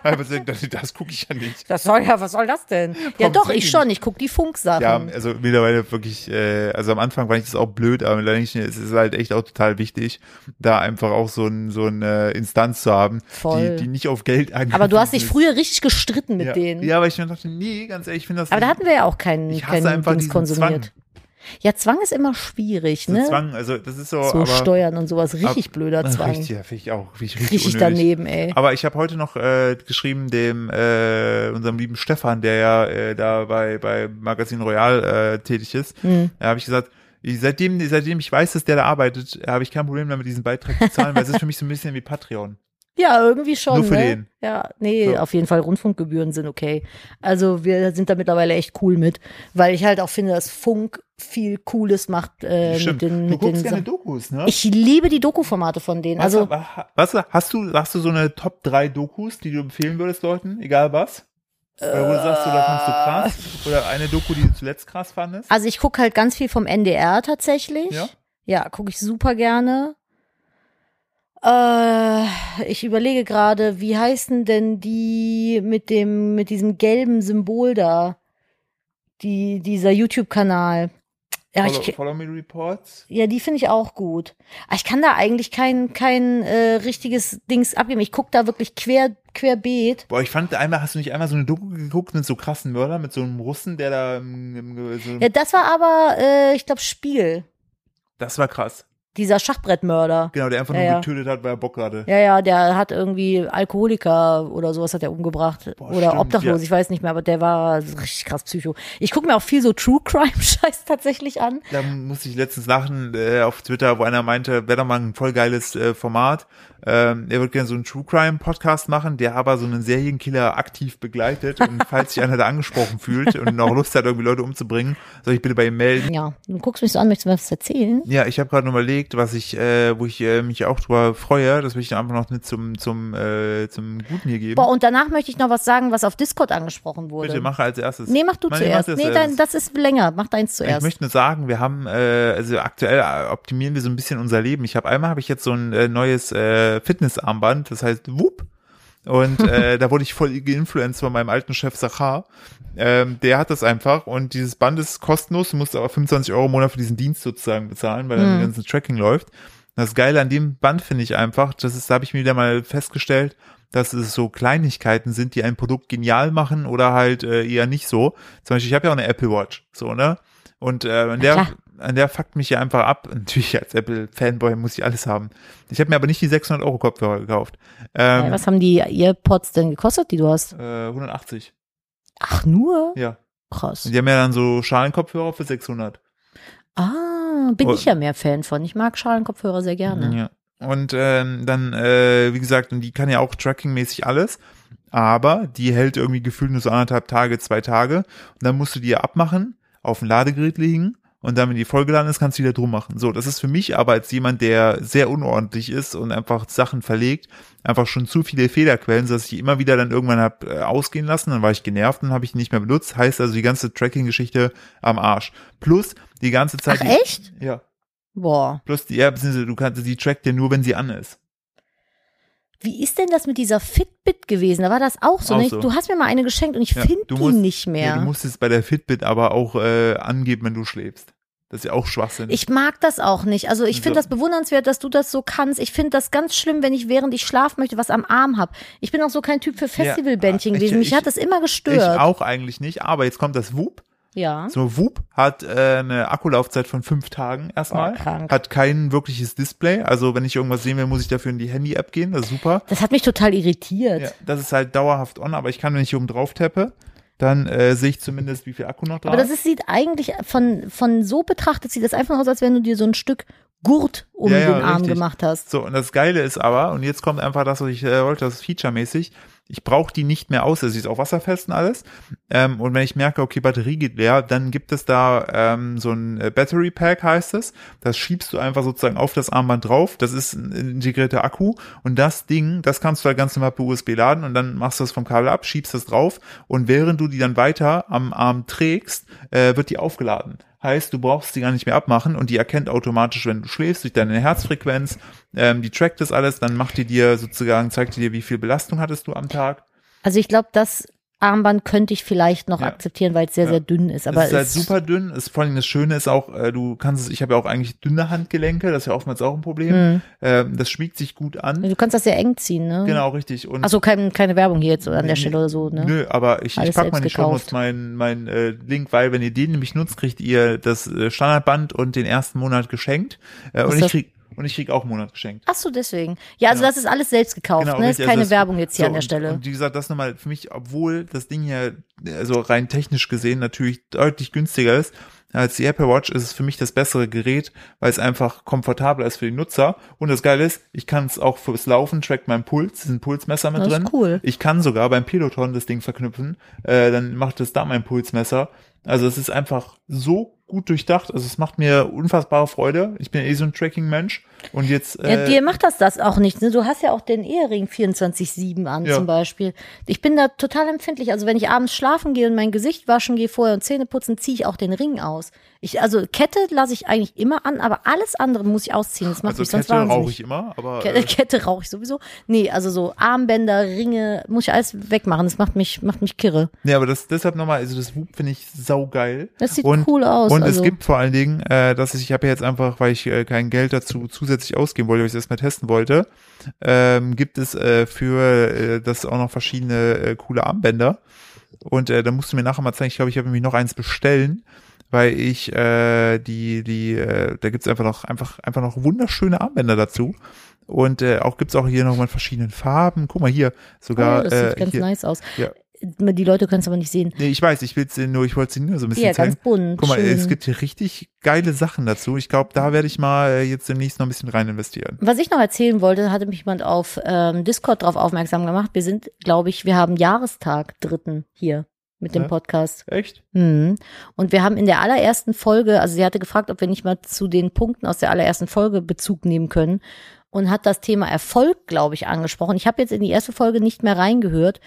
[SPEAKER 1] Weil wir sagen, das, das gucke ich ja nicht.
[SPEAKER 2] Das soll ja, was soll das denn? Ja,
[SPEAKER 1] Vom
[SPEAKER 2] doch, ich
[SPEAKER 1] Stream.
[SPEAKER 2] schon. Ich guck die
[SPEAKER 1] Ja,
[SPEAKER 2] Funksachen.
[SPEAKER 1] also mittlerweile wirklich, äh, also am Anfang fand ich das auch blöd, aber mittlerweile nicht, es ist halt echt auch total wichtig, da einfach auch so ein, so eine Instanz zu haben,
[SPEAKER 2] Voll.
[SPEAKER 1] die, die nicht auf Geld angeht.
[SPEAKER 2] aber du hast dich früher richtig gestritten mit
[SPEAKER 1] ja.
[SPEAKER 2] denen.
[SPEAKER 1] Ja, aber ich mir dachte, nee, ganz ehrlich, ich finde das
[SPEAKER 2] aber da hatten wir ja auch keinen,
[SPEAKER 1] ich hasse
[SPEAKER 2] keinen
[SPEAKER 1] einfach
[SPEAKER 2] Dings
[SPEAKER 1] diesen
[SPEAKER 2] konsumiert.
[SPEAKER 1] Zwang.
[SPEAKER 2] Ja, Zwang ist immer schwierig,
[SPEAKER 1] So
[SPEAKER 2] ne?
[SPEAKER 1] Zwang, also das ist so,
[SPEAKER 2] so
[SPEAKER 1] aber,
[SPEAKER 2] Steuern und sowas. Richtig
[SPEAKER 1] ab-
[SPEAKER 2] blöder Zwang.
[SPEAKER 1] Richtig, ja, finde ich auch. Finde ich richtig,
[SPEAKER 2] richtig
[SPEAKER 1] unnötig.
[SPEAKER 2] daneben, ey.
[SPEAKER 1] Aber ich habe heute noch äh, geschrieben dem äh, unserem lieben Stefan, der ja äh, da bei bei Magazin Royal äh, tätig ist.
[SPEAKER 2] Hm.
[SPEAKER 1] Da habe ich gesagt, ich, seitdem seitdem ich weiß, dass der da arbeitet, habe ich kein Problem damit, diesen Beitrag zu zahlen, weil es ist für mich so ein bisschen wie Patreon.
[SPEAKER 2] Ja, irgendwie schon.
[SPEAKER 1] Nur für
[SPEAKER 2] ne?
[SPEAKER 1] den.
[SPEAKER 2] Ja, nee,
[SPEAKER 1] So.
[SPEAKER 2] auf jeden Fall Rundfunkgebühren sind okay. Also wir sind da mittlerweile echt cool mit, weil ich halt auch finde, dass Funk viel Cooles macht äh, mit
[SPEAKER 1] Stimmt.
[SPEAKER 2] den,
[SPEAKER 1] du
[SPEAKER 2] mit den
[SPEAKER 1] guckst gerne
[SPEAKER 2] Sachen.
[SPEAKER 1] Dokus, ne?
[SPEAKER 2] Ich liebe die Doku-Formate von denen.
[SPEAKER 1] was,
[SPEAKER 2] Also
[SPEAKER 1] aber- was hast du hast du so eine Top 3 Dokus, die du empfehlen würdest Leuten, egal was? Oder wo du sagst, oder
[SPEAKER 2] Äh.
[SPEAKER 1] fandst du krass? Oder eine Doku, die du zuletzt krass fandest?
[SPEAKER 2] Also ich gucke halt ganz viel vom NDR tatsächlich.
[SPEAKER 1] Ja.
[SPEAKER 2] Ja, gucke ich super gerne. Äh, ich überlege gerade, wie heißen denn die mit dem, mit diesem gelben Symbol da? Die, dieser YouTube-Kanal. Ah, Ja,
[SPEAKER 1] Follow,
[SPEAKER 2] ich,
[SPEAKER 1] Follow Me Reports?
[SPEAKER 2] ja, die finde ich auch gut. Aber ich kann da eigentlich kein, kein äh, richtiges Dings abgeben. Ich gucke da wirklich quer, querbeet.
[SPEAKER 1] Boah, ich fand einmal, hast du nicht einmal so eine Doku geguckt mit so krassen Mördern, mit so einem Russen, der da ähm, im, im, so,
[SPEAKER 2] Ja, das war aber, äh, ich glaube, Spiel.
[SPEAKER 1] das war krass.
[SPEAKER 2] Dieser Schachbrettmörder.
[SPEAKER 1] Genau, der einfach
[SPEAKER 2] Ja,
[SPEAKER 1] nur
[SPEAKER 2] ja.
[SPEAKER 1] getötet hat, weil er Bock hatte.
[SPEAKER 2] Ja, ja, der hat irgendwie Alkoholiker oder sowas hat er umgebracht.
[SPEAKER 1] Boah,
[SPEAKER 2] oder
[SPEAKER 1] stimmt,
[SPEAKER 2] obdachlos,
[SPEAKER 1] ja.
[SPEAKER 2] ich weiß nicht mehr, aber der war richtig krass Psycho. Ich gucke mir auch viel so True Crime-Scheiß tatsächlich an.
[SPEAKER 1] Da musste ich letztens lachen äh, auf Twitter, wo einer meinte, wäre doch mal ein voll geiles äh, Format. Ähm, er würde gerne so einen True Crime Podcast machen, der aber so einen Serienkiller aktiv begleitet. Und falls sich einer da angesprochen fühlt und noch Lust hat, irgendwie Leute umzubringen, soll ich bitte bei ihm melden.
[SPEAKER 2] Ja, du guckst mich so an, möchtest du mir was erzählen?
[SPEAKER 1] Ja, ich habe gerade überlegt, was ich, äh, wo ich äh, mich auch drüber freue, das will ich dann einfach noch mit zum zum äh, zum Guten hier geben.
[SPEAKER 2] Boah, und danach möchte ich noch was sagen, was auf Discord angesprochen wurde.
[SPEAKER 1] Bitte mache als erstes.
[SPEAKER 2] Nee, mach du
[SPEAKER 1] Nein,
[SPEAKER 2] zuerst.
[SPEAKER 1] mach das
[SPEAKER 2] nee, dein, das ist länger. Mach deins
[SPEAKER 1] ich
[SPEAKER 2] zuerst.
[SPEAKER 1] möchte nur sagen, wir haben äh, also aktuell äh, optimieren wir so ein bisschen unser Leben. Ich habe einmal habe ich jetzt so ein äh, neues äh, Fitnessarmband, das heißt Whoop. Und äh, da wurde ich voll geinfluenced von meinem alten Chef Sachar. Ähm, der hat das einfach und dieses Band ist kostenlos, du musst aber 25 Euro im Monat für diesen Dienst sozusagen bezahlen, weil dann
[SPEAKER 2] Hm.
[SPEAKER 1] die ganze Tracking läuft. Das Geile an dem Band finde ich einfach, das ist, da habe ich mir wieder mal festgestellt, dass es so Kleinigkeiten sind, die ein Produkt genial machen oder halt äh, eher nicht so. Zum Beispiel, ich habe ja auch eine Apple Watch, so, ne? Und äh, an, der,
[SPEAKER 2] klar.
[SPEAKER 1] an der fuckt mich ja einfach ab. Natürlich, als Apple-Fanboy muss ich alles haben. Ich habe mir aber nicht die 600-Euro-Kopfhörer gekauft.
[SPEAKER 2] Äh,
[SPEAKER 1] Ähm,
[SPEAKER 2] was haben die Earpods denn gekostet, die du hast?
[SPEAKER 1] äh, 180,
[SPEAKER 2] Ach, nur?
[SPEAKER 1] ja.
[SPEAKER 2] Krass.
[SPEAKER 1] Und die haben ja dann so Schalenkopfhörer für 600.
[SPEAKER 2] Ah, bin
[SPEAKER 1] Oh.
[SPEAKER 2] ich ja mehr Fan von. Ich mag Schalenkopfhörer sehr gerne.
[SPEAKER 1] Ja. Und ähm, dann, äh, wie gesagt, und die kann ja auch trackingmäßig alles, aber die hält irgendwie gefühlt nur so anderthalb Tage, zwei Tage. Und dann musst du die ja abmachen, auf ein Ladegerät legen und dann, wenn die vollgeladen ist, kannst du die da drum machen. So, das ist für mich aber als jemand, der sehr unordentlich ist und einfach Sachen verlegt, einfach schon zu viele Fehlerquellen, sodass ich die immer wieder dann irgendwann hab äh, ausgehen lassen, dann war ich genervt und habe ich die nicht mehr benutzt. Heißt also die ganze Tracking-Geschichte am Arsch. Plus die ganze Zeit.
[SPEAKER 2] Ach, echt?
[SPEAKER 1] Die, ja.
[SPEAKER 2] Boah.
[SPEAKER 1] Plus die, ja, beziehungsweise du kannst, die trackt dir nur, wenn sie an ist.
[SPEAKER 2] Wie ist denn das mit dieser Fitbit gewesen? Da war das auch so.
[SPEAKER 1] Auch
[SPEAKER 2] ne?
[SPEAKER 1] so.
[SPEAKER 2] Du hast mir mal eine geschenkt und ich
[SPEAKER 1] Ja,
[SPEAKER 2] finde
[SPEAKER 1] du
[SPEAKER 2] die
[SPEAKER 1] musst-
[SPEAKER 2] nicht
[SPEAKER 1] Ja,
[SPEAKER 2] mehr.
[SPEAKER 1] du musst es bei der Fitbit aber auch äh, angeben, wenn du schläfst. Das ist ja auch Schwachsinn.
[SPEAKER 2] ich mag das auch nicht. Also ich finde
[SPEAKER 1] So.
[SPEAKER 2] das bewundernswert, dass du das so kannst. Ich finde das ganz schlimm, wenn ich während ich schlafen möchte, was am Arm habe. Ich bin auch so kein Typ für Festivalbändchen
[SPEAKER 1] ich-
[SPEAKER 2] gewesen. Mich
[SPEAKER 1] ich-
[SPEAKER 2] hat das immer
[SPEAKER 1] ich
[SPEAKER 2] gestört.
[SPEAKER 1] auch eigentlich nicht, aber jetzt kommt das Whoop.
[SPEAKER 2] Ja.
[SPEAKER 1] So, Whoop hat äh, eine Akkulaufzeit von fünf Tagen erstmal.
[SPEAKER 2] Boah, Oh, krank.
[SPEAKER 1] hat kein wirkliches Display. Also, wenn ich irgendwas sehen will, muss ich dafür in die Handy-App gehen. Das ist super.
[SPEAKER 2] Das hat mich total irritiert.
[SPEAKER 1] Ja, das ist halt dauerhaft on, aber ich kann, wenn ich hier oben drauf tappe, dann äh, sehe ich zumindest, wie viel Akku noch dran
[SPEAKER 2] Aber das ist, sieht eigentlich von, von so betrachtet sieht das einfach aus, als wenn du dir so ein Stück Gurt um
[SPEAKER 1] Ja, ja,
[SPEAKER 2] den Arm
[SPEAKER 1] richtig.
[SPEAKER 2] gemacht hast.
[SPEAKER 1] So, und das Geile ist aber, und jetzt kommt einfach das, was ich äh, wollte, das ist featuremäßig, ich brauche die nicht mehr aus, also sie ist auch wasserfest und alles. Ähm, und wenn ich merke, okay, Batterie geht leer, dann gibt es da ähm, so ein äh, Battery Pack, heißt es. Das schiebst du einfach sozusagen auf das Armband drauf. Das ist ein integrierter Akku. Und das Ding, das kannst du da ganz normal per USB laden und dann machst du das vom Kabel ab, schiebst das drauf und während du die dann weiter am Arm trägst, äh, wird die aufgeladen. Heißt, du brauchst die gar nicht mehr abmachen und die erkennt automatisch, wenn du schläfst, durch deine Herzfrequenz, ähm, die trackt das alles, dann macht die dir sozusagen, zeigt die dir, wie viel Belastung hattest du am Tag.
[SPEAKER 2] Also ich glaube, das Armband könnte ich vielleicht noch
[SPEAKER 1] Ja.
[SPEAKER 2] akzeptieren, weil es sehr,
[SPEAKER 1] Ja.
[SPEAKER 2] sehr dünn ist. Aber
[SPEAKER 1] es ist halt
[SPEAKER 2] es-
[SPEAKER 1] super dünn. Ist vor allem das Schöne ist auch, äh, du kannst es, ich habe ja auch eigentlich dünne Handgelenke, das ist ja oftmals auch ein Problem.
[SPEAKER 2] Hm.
[SPEAKER 1] Ähm, das schmiegt sich gut an.
[SPEAKER 2] Du kannst das sehr eng ziehen, ne?
[SPEAKER 1] Genau, richtig. Und
[SPEAKER 2] Also kein, keine Werbung hier jetzt an
[SPEAKER 1] Nee,
[SPEAKER 2] der Stelle oder so, ne?
[SPEAKER 1] Nö, aber ich, ich
[SPEAKER 2] Alles
[SPEAKER 1] pack mal in die
[SPEAKER 2] selbst
[SPEAKER 1] Show Notes
[SPEAKER 2] gekauft.
[SPEAKER 1] meinen mein, äh, Link, weil wenn ihr den nämlich nutzt, kriegt ihr das äh, Standardband und den ersten Monat geschenkt. Äh, und,
[SPEAKER 2] Ist
[SPEAKER 1] ich
[SPEAKER 2] das-
[SPEAKER 1] krieg, und ich krieg auch einen Monat geschenkt.
[SPEAKER 2] Ach so, deswegen. Ja, also
[SPEAKER 1] Genau.
[SPEAKER 2] das ist alles selbst gekauft, ne?
[SPEAKER 1] richtig,
[SPEAKER 2] Ist
[SPEAKER 1] also
[SPEAKER 2] keine
[SPEAKER 1] das-
[SPEAKER 2] Werbung jetzt hier
[SPEAKER 1] so,
[SPEAKER 2] an der
[SPEAKER 1] und-
[SPEAKER 2] Stelle.
[SPEAKER 1] Und wie gesagt, das nochmal für mich, obwohl das Ding hier, also rein technisch gesehen, natürlich deutlich günstiger ist als die Apple Watch, ist es für mich das bessere Gerät, weil es einfach komfortabler ist für den Nutzer. Und das Geile ist, ich kann es auch fürs Laufen, trackt meinen Puls, ist ein Pulsmesser mit
[SPEAKER 2] Das ist
[SPEAKER 1] drin.
[SPEAKER 2] cool.
[SPEAKER 1] Ich kann sogar beim Peloton das Ding verknüpfen, äh, dann macht es da mein Pulsmesser. Also es ist einfach so gut durchdacht, also es macht mir unfassbare Freude. Ich bin eh so ein Tracking-Mensch und jetzt
[SPEAKER 2] ja,
[SPEAKER 1] äh,
[SPEAKER 2] dir macht das das auch nicht. Ne? Du hast ja auch den Ehering 24-7 an
[SPEAKER 1] Ja.
[SPEAKER 2] zum Beispiel. Ich bin da total empfindlich. Also wenn ich abends schlafen gehe und mein Gesicht waschen gehe vorher und Zähne putzen, ziehe ich auch den Ring aus. Ich, also Kette lasse ich eigentlich immer an, aber alles andere muss ich ausziehen. Das macht
[SPEAKER 1] also
[SPEAKER 2] mich sonst
[SPEAKER 1] Kette
[SPEAKER 2] wahnsinnig.
[SPEAKER 1] rauche ich immer, aber
[SPEAKER 2] Ke-
[SPEAKER 1] äh,
[SPEAKER 2] Kette rauche ich sowieso. Nee, also so Armbänder, Ringe, muss ich alles wegmachen. Das macht mich, macht mich kirre.
[SPEAKER 1] äh, Nee, aber das deshalb nochmal, also das Whoop finde ich saugeil.
[SPEAKER 2] Das sieht cool aus,
[SPEAKER 1] Und es
[SPEAKER 2] also.
[SPEAKER 1] gibt vor allen Dingen, äh, dass ich, ich habe ja jetzt einfach, weil ich äh, kein Geld dazu zusätzlich ausgeben wollte, weil ich es erstmal testen wollte, ähm, gibt es äh, für äh, das auch noch verschiedene äh, coole Armbänder. Und äh, da musst du mir nachher mal zeigen, ich glaube, ich habe nämlich noch eins bestellen, weil ich äh, die, die, äh, da gibt's einfach noch, einfach, einfach noch wunderschöne Armbänder dazu. Und äh, auch gibt's auch hier nochmal in verschiedenen Farben. Guck mal hier, sogar
[SPEAKER 2] oh, das sieht
[SPEAKER 1] äh,
[SPEAKER 2] ganz
[SPEAKER 1] hier,
[SPEAKER 2] nice aus. Äh,
[SPEAKER 1] ja.
[SPEAKER 2] Die Leute können es aber nicht sehen.
[SPEAKER 1] Nee, ich weiß, ich will's dir nur, ich wollte sie nur so ein bisschen
[SPEAKER 2] Ja, ganz
[SPEAKER 1] zeigen.
[SPEAKER 2] bunt.
[SPEAKER 1] Guck mal,
[SPEAKER 2] schön.
[SPEAKER 1] es gibt hier richtig geile Sachen dazu. Ich glaube, da werde ich mal äh, jetzt demnächst noch ein bisschen rein investieren.
[SPEAKER 2] Was ich noch erzählen wollte, hatte mich jemand auf ähm, Discord darauf aufmerksam gemacht. Wir sind, glaube ich, wir haben Jahrestag dritten hier mit dem
[SPEAKER 1] Ja.
[SPEAKER 2] Podcast.
[SPEAKER 1] Echt?
[SPEAKER 2] Mhm. Und wir haben in der allerersten Folge, also sie hatte gefragt, ob wir nicht mal zu den Punkten aus der allerersten Folge Bezug nehmen können und hat das Thema Erfolg, glaube ich, angesprochen. Ich habe jetzt in die erste Folge nicht mehr reingehört,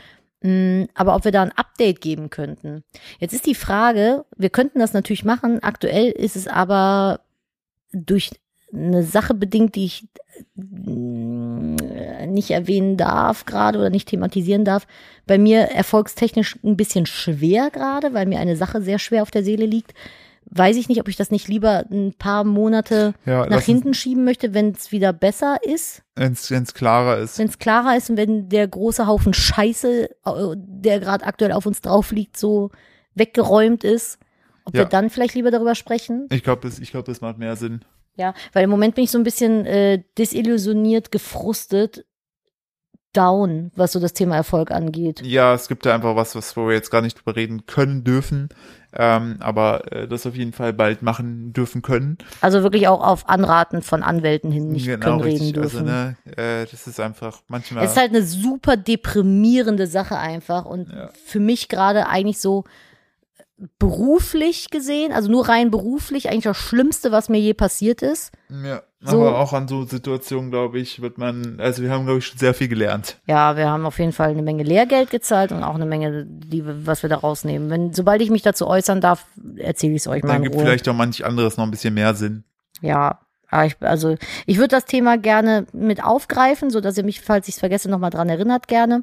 [SPEAKER 2] mh, aber ob wir da ein Update geben könnten. Jetzt ist die Frage, wir könnten das natürlich machen, aktuell ist es aber durch eine Sache bedingt, die ich mh, nicht erwähnen darf gerade oder nicht thematisieren darf, bei mir erfolgstechnisch ein bisschen schwer gerade, weil mir eine Sache sehr schwer auf der Seele liegt. Weiß ich nicht, ob ich das nicht lieber ein paar Monate
[SPEAKER 1] Ja,
[SPEAKER 2] nach
[SPEAKER 1] lass uns-
[SPEAKER 2] hinten schieben möchte, wenn es wieder besser ist,
[SPEAKER 1] Wenn's wenn's klarer ist.
[SPEAKER 2] wenn es klarer ist und wenn der große Haufen Scheiße, äh, der gerade aktuell auf uns drauf liegt, so weggeräumt ist, ob
[SPEAKER 1] Ja.
[SPEAKER 2] wir dann vielleicht lieber darüber sprechen.
[SPEAKER 1] Ich glaube, das, ich glaub, das macht mehr Sinn.
[SPEAKER 2] Ja, weil im Moment bin ich so ein bisschen äh, desillusioniert, gefrustet, down, was so das Thema Erfolg angeht.
[SPEAKER 1] Ja, es gibt da einfach was, was wo wir jetzt gar nicht drüber reden können dürfen, ähm, aber äh, das auf jeden Fall bald machen dürfen können.
[SPEAKER 2] Also wirklich auch auf Anraten von Anwälten hin nicht können reden dürfen.
[SPEAKER 1] Also ne, äh, das ist einfach manchmal.
[SPEAKER 2] Es ist halt eine super deprimierende Sache einfach und
[SPEAKER 1] Ja.
[SPEAKER 2] für mich gerade eigentlich so beruflich gesehen, also nur rein beruflich, eigentlich das Schlimmste, was mir je passiert ist.
[SPEAKER 1] ja,
[SPEAKER 2] so-
[SPEAKER 1] aber auch an so Situationen glaube ich wird man, also wir haben glaube ich schon sehr viel gelernt.
[SPEAKER 2] Ja, wir haben auf jeden Fall eine Menge Lehrgeld gezahlt und auch eine Menge, die, wir- was wir da rausnehmen. Wenn, sobald ich mich dazu äußern darf, erzähle ich es euch mal
[SPEAKER 1] Dann
[SPEAKER 2] in
[SPEAKER 1] gibt
[SPEAKER 2] Ruhe.
[SPEAKER 1] vielleicht auch manch anderes noch ein bisschen mehr Sinn.
[SPEAKER 2] Ja, aber ich, also ich würde das Thema gerne mit aufgreifen, so dass ihr mich, falls ich es vergesse, nochmal dran erinnert gerne,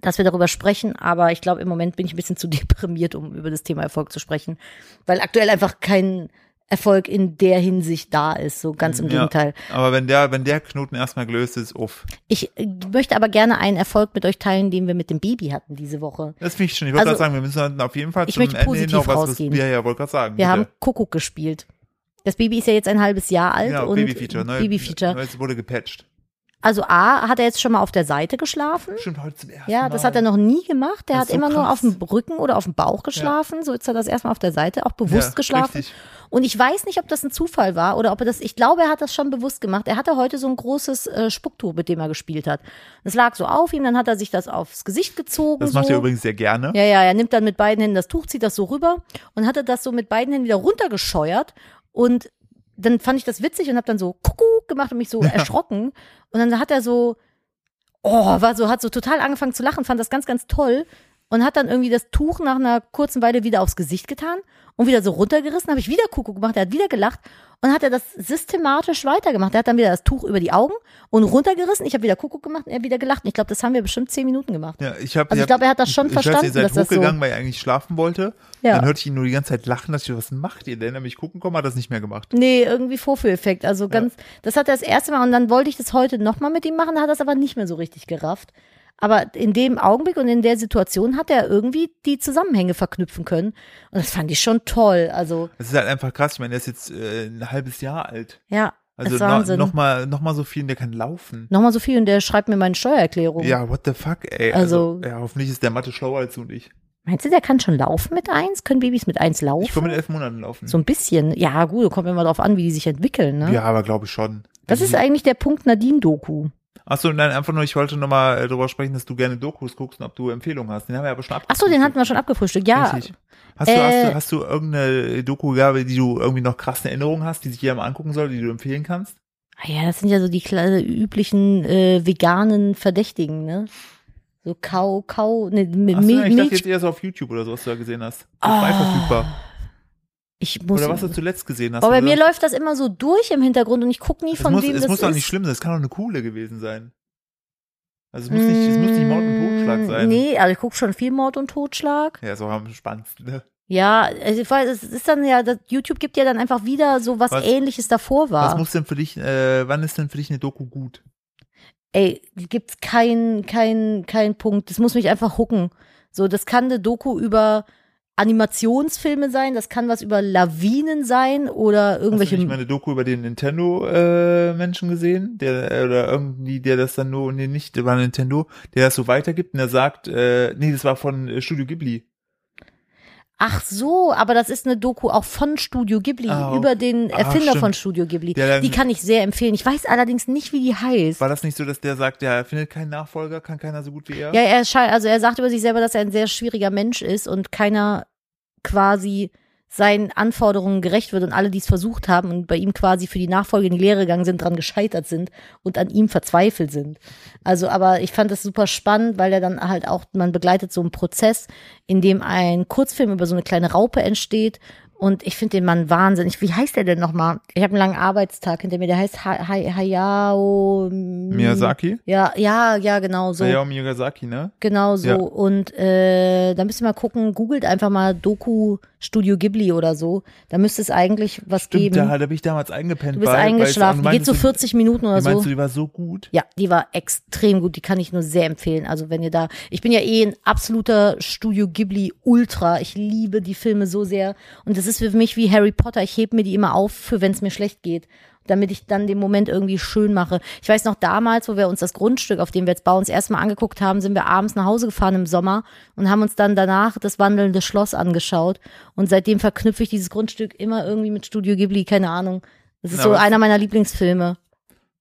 [SPEAKER 2] dass wir darüber sprechen. Aber ich glaube, im Moment bin ich ein bisschen zu deprimiert, um über das Thema Erfolg zu sprechen, weil aktuell einfach kein Erfolg in der Hinsicht da ist. So ganz im
[SPEAKER 1] Ja.
[SPEAKER 2] Gegenteil.
[SPEAKER 1] Aber wenn der, wenn der Knoten erstmal gelöst ist, uff.
[SPEAKER 2] Ich äh, möchte aber gerne einen Erfolg mit euch teilen, den wir mit dem Baby hatten diese Woche.
[SPEAKER 1] Das finde ich schon. Ich wollte
[SPEAKER 2] Also,
[SPEAKER 1] gerade sagen, wir müssen dann auf jeden Fall
[SPEAKER 2] ich
[SPEAKER 1] zum
[SPEAKER 2] möchte
[SPEAKER 1] Ende hin
[SPEAKER 2] positiv
[SPEAKER 1] noch was.
[SPEAKER 2] rausgehen.
[SPEAKER 1] ja, ja, wollte gerade sagen.
[SPEAKER 2] Wir
[SPEAKER 1] bitte.
[SPEAKER 2] haben Kuckuck gespielt. Das Baby ist ja jetzt ein halbes Jahr alt
[SPEAKER 1] genau,
[SPEAKER 2] und
[SPEAKER 1] Babyfeature. Neu,
[SPEAKER 2] Babyfeature.
[SPEAKER 1] Neues wurde gepatcht.
[SPEAKER 2] also A, hat er jetzt schon mal auf der Seite geschlafen.
[SPEAKER 1] Stimmt, heute zum ersten
[SPEAKER 2] Ja,
[SPEAKER 1] Mal.
[SPEAKER 2] das hat er noch nie gemacht.
[SPEAKER 1] Das
[SPEAKER 2] Der hat
[SPEAKER 1] ist so
[SPEAKER 2] immer nur auf
[SPEAKER 1] krass.
[SPEAKER 2] dem Rücken oder auf dem Bauch geschlafen. So ist er das erstmal auf der Seite, auch bewusst
[SPEAKER 1] Ja,
[SPEAKER 2] geschlafen.
[SPEAKER 1] richtig.
[SPEAKER 2] Und ich weiß nicht, ob das ein Zufall war oder ob er das, ich glaube, er hat das schon bewusst gemacht. Er hatte heute so ein großes äh, Spucktuch, mit dem er gespielt hat. Das lag so auf ihm, dann hat er sich das aufs Gesicht gezogen.
[SPEAKER 1] Das macht
[SPEAKER 2] so.
[SPEAKER 1] er übrigens sehr gerne.
[SPEAKER 2] Ja, ja, er nimmt dann mit beiden Händen das Tuch, zieht das so rüber und hatte das so mit beiden Händen wieder runtergescheuert und dann fand ich das witzig und habe dann so Kuckuck gemacht und mich so erschrocken und dann hat er so oh, war so hat so total angefangen zu lachen, fand das ganz ganz toll und hat dann irgendwie das Tuch nach einer kurzen Weile wieder aufs Gesicht getan und wieder so runtergerissen, habe ich wieder Kuckuck gemacht, er hat wieder gelacht und hat er das systematisch weitergemacht. Er hat dann wieder das Tuch über die Augen und runtergerissen, ich habe wieder Kuckuck gemacht und er hat wieder gelacht. Und ich glaube, das haben wir bestimmt zehn Minuten gemacht.
[SPEAKER 1] Ja, ich hab,
[SPEAKER 2] Also ich
[SPEAKER 1] hab-
[SPEAKER 2] glaube, er hat das schon
[SPEAKER 1] ich hab-
[SPEAKER 2] verstanden,
[SPEAKER 1] Ihr seid
[SPEAKER 2] dass das so-
[SPEAKER 1] hochgegangen, weil er eigentlich schlafen wollte.
[SPEAKER 2] Ja.
[SPEAKER 1] Dann hörte ich ihn nur die ganze Zeit lachen, dass ich, was macht ihr denn? Dann bin ich gucken gekommen, hat das nicht mehr gemacht.
[SPEAKER 2] Nee, irgendwie Vorführeffekt. Also ganz, das hat er das erste Mal und dann wollte ich das heute nochmal mit ihm machen, da hat das aber nicht mehr so richtig gerafft. Aber in dem Augenblick und in der Situation hat er irgendwie die Zusammenhänge verknüpfen können. Und das fand ich schon toll. Also,
[SPEAKER 1] Das ist halt einfach krass. Ich meine, er ist jetzt äh, ein halbes Jahr alt.
[SPEAKER 2] ja, das
[SPEAKER 1] Also
[SPEAKER 2] ist
[SPEAKER 1] no,
[SPEAKER 2] Wahnsinn.
[SPEAKER 1] noch mal, noch mal so viel, und der kann laufen.
[SPEAKER 2] nochmal so viel und der schreibt mir meine Steuererklärung.
[SPEAKER 1] Ja, what the fuck, ey.
[SPEAKER 2] Also-
[SPEAKER 1] ja, hoffentlich ist der Mathe schlauer als du und ich.
[SPEAKER 2] Meinst du, der kann schon laufen mit eins? Können Babys mit eins laufen?
[SPEAKER 1] Ich komme mit elf Monaten laufen.
[SPEAKER 2] so ein bisschen. Ja, gut, kommt immer drauf an, wie die sich entwickeln. Ne?
[SPEAKER 1] Ja, aber glaube ich schon.
[SPEAKER 2] Das ist eigentlich der Punkt Nadine-Doku.
[SPEAKER 1] Achso, nein, einfach nur, ich wollte nochmal äh, drüber sprechen, dass du gerne Dokus guckst und ob du Empfehlungen hast. Den haben wir aber schon
[SPEAKER 2] Ach so, den hatten wir schon abgefrühstückt. Ja,
[SPEAKER 1] Richtig. Hast, du, hast,
[SPEAKER 2] Äh,
[SPEAKER 1] du, hast du irgendeine doku die du irgendwie noch krass in Erinnerung hast, die sich jeder mal angucken soll, die du empfehlen kannst?
[SPEAKER 2] Ah Ja, das sind ja so die kle- üblichen äh, veganen Verdächtigen, ne? So Kau, Kau, ne, Mi-
[SPEAKER 1] Achso,
[SPEAKER 2] Mi-
[SPEAKER 1] ich dachte
[SPEAKER 2] Milch.
[SPEAKER 1] jetzt eher so auf YouTube oder so, was du da gesehen hast. Das war verfügbar.
[SPEAKER 2] Ah, Ich muss.
[SPEAKER 1] Oder was du zuletzt gesehen hast.
[SPEAKER 2] aber bei
[SPEAKER 1] oder?
[SPEAKER 2] mir läuft das immer so durch im Hintergrund und ich gucke nie
[SPEAKER 1] es
[SPEAKER 2] von
[SPEAKER 1] muss,
[SPEAKER 2] wem
[SPEAKER 1] Es
[SPEAKER 2] das
[SPEAKER 1] muss
[SPEAKER 2] ist.
[SPEAKER 1] doch nicht schlimm sein, es kann doch eine coole gewesen sein. Also es muss nicht, es muss nicht Mord und Totschlag sein.
[SPEAKER 2] Nee, also ich gucke schon viel Mord und Totschlag.
[SPEAKER 1] Ja, ist auch am spannendsten. Ne?
[SPEAKER 2] Ja, also ich weiß, es ist dann ja, das, YouTube gibt ja dann einfach wieder so was,
[SPEAKER 1] Was-
[SPEAKER 2] ähnliches davor
[SPEAKER 1] Was
[SPEAKER 2] war.
[SPEAKER 1] muss denn für dich, äh, wann ist denn für dich eine Doku gut?
[SPEAKER 2] ey, gibt's keinen keinen keinen Punkt. Das muss mich einfach hucken. So, das kann eine Doku über Animationsfilme sein, das kann was über Lawinen sein oder
[SPEAKER 1] Hast du
[SPEAKER 2] irgendwelche.
[SPEAKER 1] nicht mal eine Doku über den Nintendo-Menschen gesehen? Der, äh, oder irgendwie, der das dann nur, nee, nicht, der war Nintendo, der das so weitergibt und der sagt, äh, nee, das war von äh, Studio Ghibli.
[SPEAKER 2] Ach so, aber das ist eine Doku auch von Studio Ghibli,
[SPEAKER 1] Ah, okay.
[SPEAKER 2] über den
[SPEAKER 1] Ah,
[SPEAKER 2] Erfinder
[SPEAKER 1] stimmt.
[SPEAKER 2] von Studio Ghibli.
[SPEAKER 1] Ja, dann-
[SPEAKER 2] die kann ich sehr empfehlen. Ich weiß allerdings nicht, wie die heißt.
[SPEAKER 1] War das nicht so, dass der sagt, der findet keinen Nachfolger, kann keiner so gut wie er?
[SPEAKER 2] Ja, er scheint, also er sagt über sich selber, dass er ein sehr schwieriger Mensch ist und keiner quasi seinen Anforderungen gerecht wird und alle, die es versucht haben und bei ihm quasi für die Nachfolge in die Lehre gegangen sind, dran gescheitert sind und an ihm verzweifelt sind. Also, aber ich fand das super spannend, weil er dann halt auch, man begleitet so einen Prozess, in dem ein Kurzfilm über so eine kleine Raupe entsteht und ich finde den Mann wahnsinnig. Wie heißt der denn nochmal? Ich habe einen langen Arbeitstag hinter mir, der heißt ha ha Hayao
[SPEAKER 1] Miyazaki?
[SPEAKER 2] Ja, ja, ja, genau so.
[SPEAKER 1] Hayao Miyazaki, ne?
[SPEAKER 2] Genau so.
[SPEAKER 1] Ja.
[SPEAKER 2] Und äh, da müsst ihr mal gucken, googelt einfach mal Doku Studio Ghibli oder so. Da müsste es eigentlich was
[SPEAKER 1] Stimmt, da,
[SPEAKER 2] geben.
[SPEAKER 1] da bin ich damals eingepennt.
[SPEAKER 2] Du bist
[SPEAKER 1] weil- weil es-
[SPEAKER 2] eingeschlafen.
[SPEAKER 1] und
[SPEAKER 2] Die geht so
[SPEAKER 1] meintest du-
[SPEAKER 2] 40 Minuten oder
[SPEAKER 1] Wie meinst
[SPEAKER 2] so.
[SPEAKER 1] du, die war so gut?
[SPEAKER 2] Ja, die war extrem gut. Die kann ich nur sehr empfehlen. Also wenn ihr da, ich bin ja eh ein absoluter Studio Ghibli Ultra. Ich liebe die Filme so sehr. Und das ist für mich wie Harry Potter. Ich heb mir die immer auf, für wenn es mir schlecht geht. Damit ich dann den Moment irgendwie schön mache. Ich weiß noch damals, wo wir uns das Grundstück, auf dem wir jetzt bauen, uns erstmal angeguckt haben, sind wir abends nach Hause gefahren im Sommer und haben uns dann danach das wandelnde Schloss angeschaut. Und seitdem verknüpfe ich dieses Grundstück immer irgendwie mit Studio Ghibli, keine Ahnung. Das ist
[SPEAKER 1] Na,
[SPEAKER 2] so
[SPEAKER 1] aber es-
[SPEAKER 2] einer meiner Lieblingsfilme.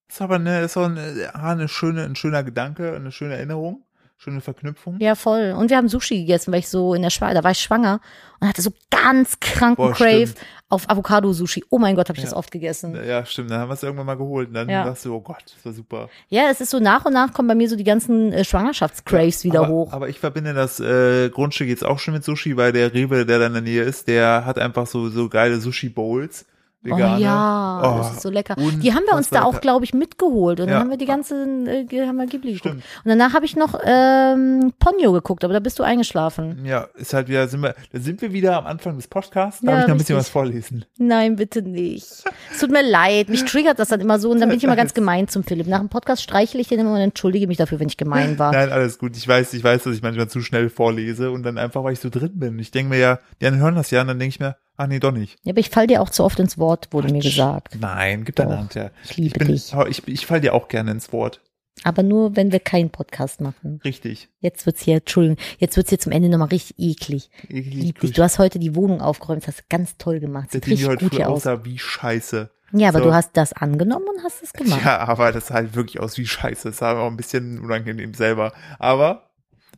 [SPEAKER 1] Ist aber eine, ist auch eine, ah, eine schöne, ein schöner Gedanke, eine schöne Erinnerung, schöne Verknüpfung.
[SPEAKER 2] Ja, voll. Und wir haben Sushi gegessen, weil ich so in der Schweiz, da war ich schwanger und hatte so ganz kranken
[SPEAKER 1] Boah,
[SPEAKER 2] Crave
[SPEAKER 1] stimmt.
[SPEAKER 2] auf Avocado-Sushi. Oh mein Gott, habe ich das
[SPEAKER 1] Ja.
[SPEAKER 2] oft gegessen.
[SPEAKER 1] Ja, stimmt, dann haben wir es irgendwann mal geholt und dann
[SPEAKER 2] Ja.
[SPEAKER 1] dachte du, oh Gott, das war super.
[SPEAKER 2] Ja, es ist so nach und nach kommen bei mir so die ganzen äh, Schwangerschafts-Craves wieder
[SPEAKER 1] aber,
[SPEAKER 2] hoch.
[SPEAKER 1] Aber ich verbinde das äh, Grundstück jetzt auch schon mit Sushi, weil der Rewe, der da in der Nähe ist, der hat einfach so, so geile Sushi-Bowls.
[SPEAKER 2] oh ja,
[SPEAKER 1] Oh,
[SPEAKER 2] das ist so lecker. Die haben wir uns
[SPEAKER 1] unfassbar
[SPEAKER 2] da auch,
[SPEAKER 1] lecker.
[SPEAKER 2] glaube ich, mitgeholt und
[SPEAKER 1] Ja.
[SPEAKER 2] dann haben wir die ganzen, äh, ge- haben wir Ghibli geguckt.
[SPEAKER 1] Stimmt.
[SPEAKER 2] Und danach habe ich noch ähm, Ponyo geguckt, aber da bist du eingeschlafen.
[SPEAKER 1] Ja, ist halt wieder, sind wir, da sind wir wieder am Anfang des Podcasts. Darf
[SPEAKER 2] Ja,
[SPEAKER 1] ich noch ein bisschen
[SPEAKER 2] richtig.
[SPEAKER 1] was vorlesen?
[SPEAKER 2] Nein, bitte nicht. Es tut mir leid. Mich triggert das dann immer so und dann bin ich immer ganz gemein zum Philipp. Nach dem Podcast streichle ich den immer und entschuldige mich dafür, wenn ich gemein war.
[SPEAKER 1] Nein, alles gut. Ich weiß, ich weiß, dass ich manchmal zu schnell vorlese und dann einfach, weil ich so drin bin. Ich denke mir ja, die anderen hören das ja und dann denke ich mir, ach nee, doch nicht.
[SPEAKER 2] Ja, aber ich fall dir auch zu oft ins Wort, wurde mir gesagt.
[SPEAKER 1] Nein, gib deine Hand her.
[SPEAKER 2] ich liebe
[SPEAKER 1] bin, oh,
[SPEAKER 2] dich.
[SPEAKER 1] Ich, ich fall dir auch gerne ins Wort.
[SPEAKER 2] Aber nur, wenn wir keinen Podcast machen.
[SPEAKER 1] Richtig.
[SPEAKER 2] Jetzt wird's hier, Entschuldigung, jetzt wird's hier zum Ende nochmal richtig eklig. Lieblich. Du hast heute die Wohnung aufgeräumt, das hast du ganz toll gemacht.
[SPEAKER 1] Der
[SPEAKER 2] Sieht
[SPEAKER 1] Ding
[SPEAKER 2] richtig
[SPEAKER 1] heute
[SPEAKER 2] gut
[SPEAKER 1] früh
[SPEAKER 2] hier aus.
[SPEAKER 1] aussah wie Scheiße.
[SPEAKER 2] Ja, aber
[SPEAKER 1] so.
[SPEAKER 2] du hast das angenommen und hast es gemacht.
[SPEAKER 1] Ja, aber das sah halt wirklich aus wie Scheiße. Das war auch ein bisschen unangenehm selber. Aber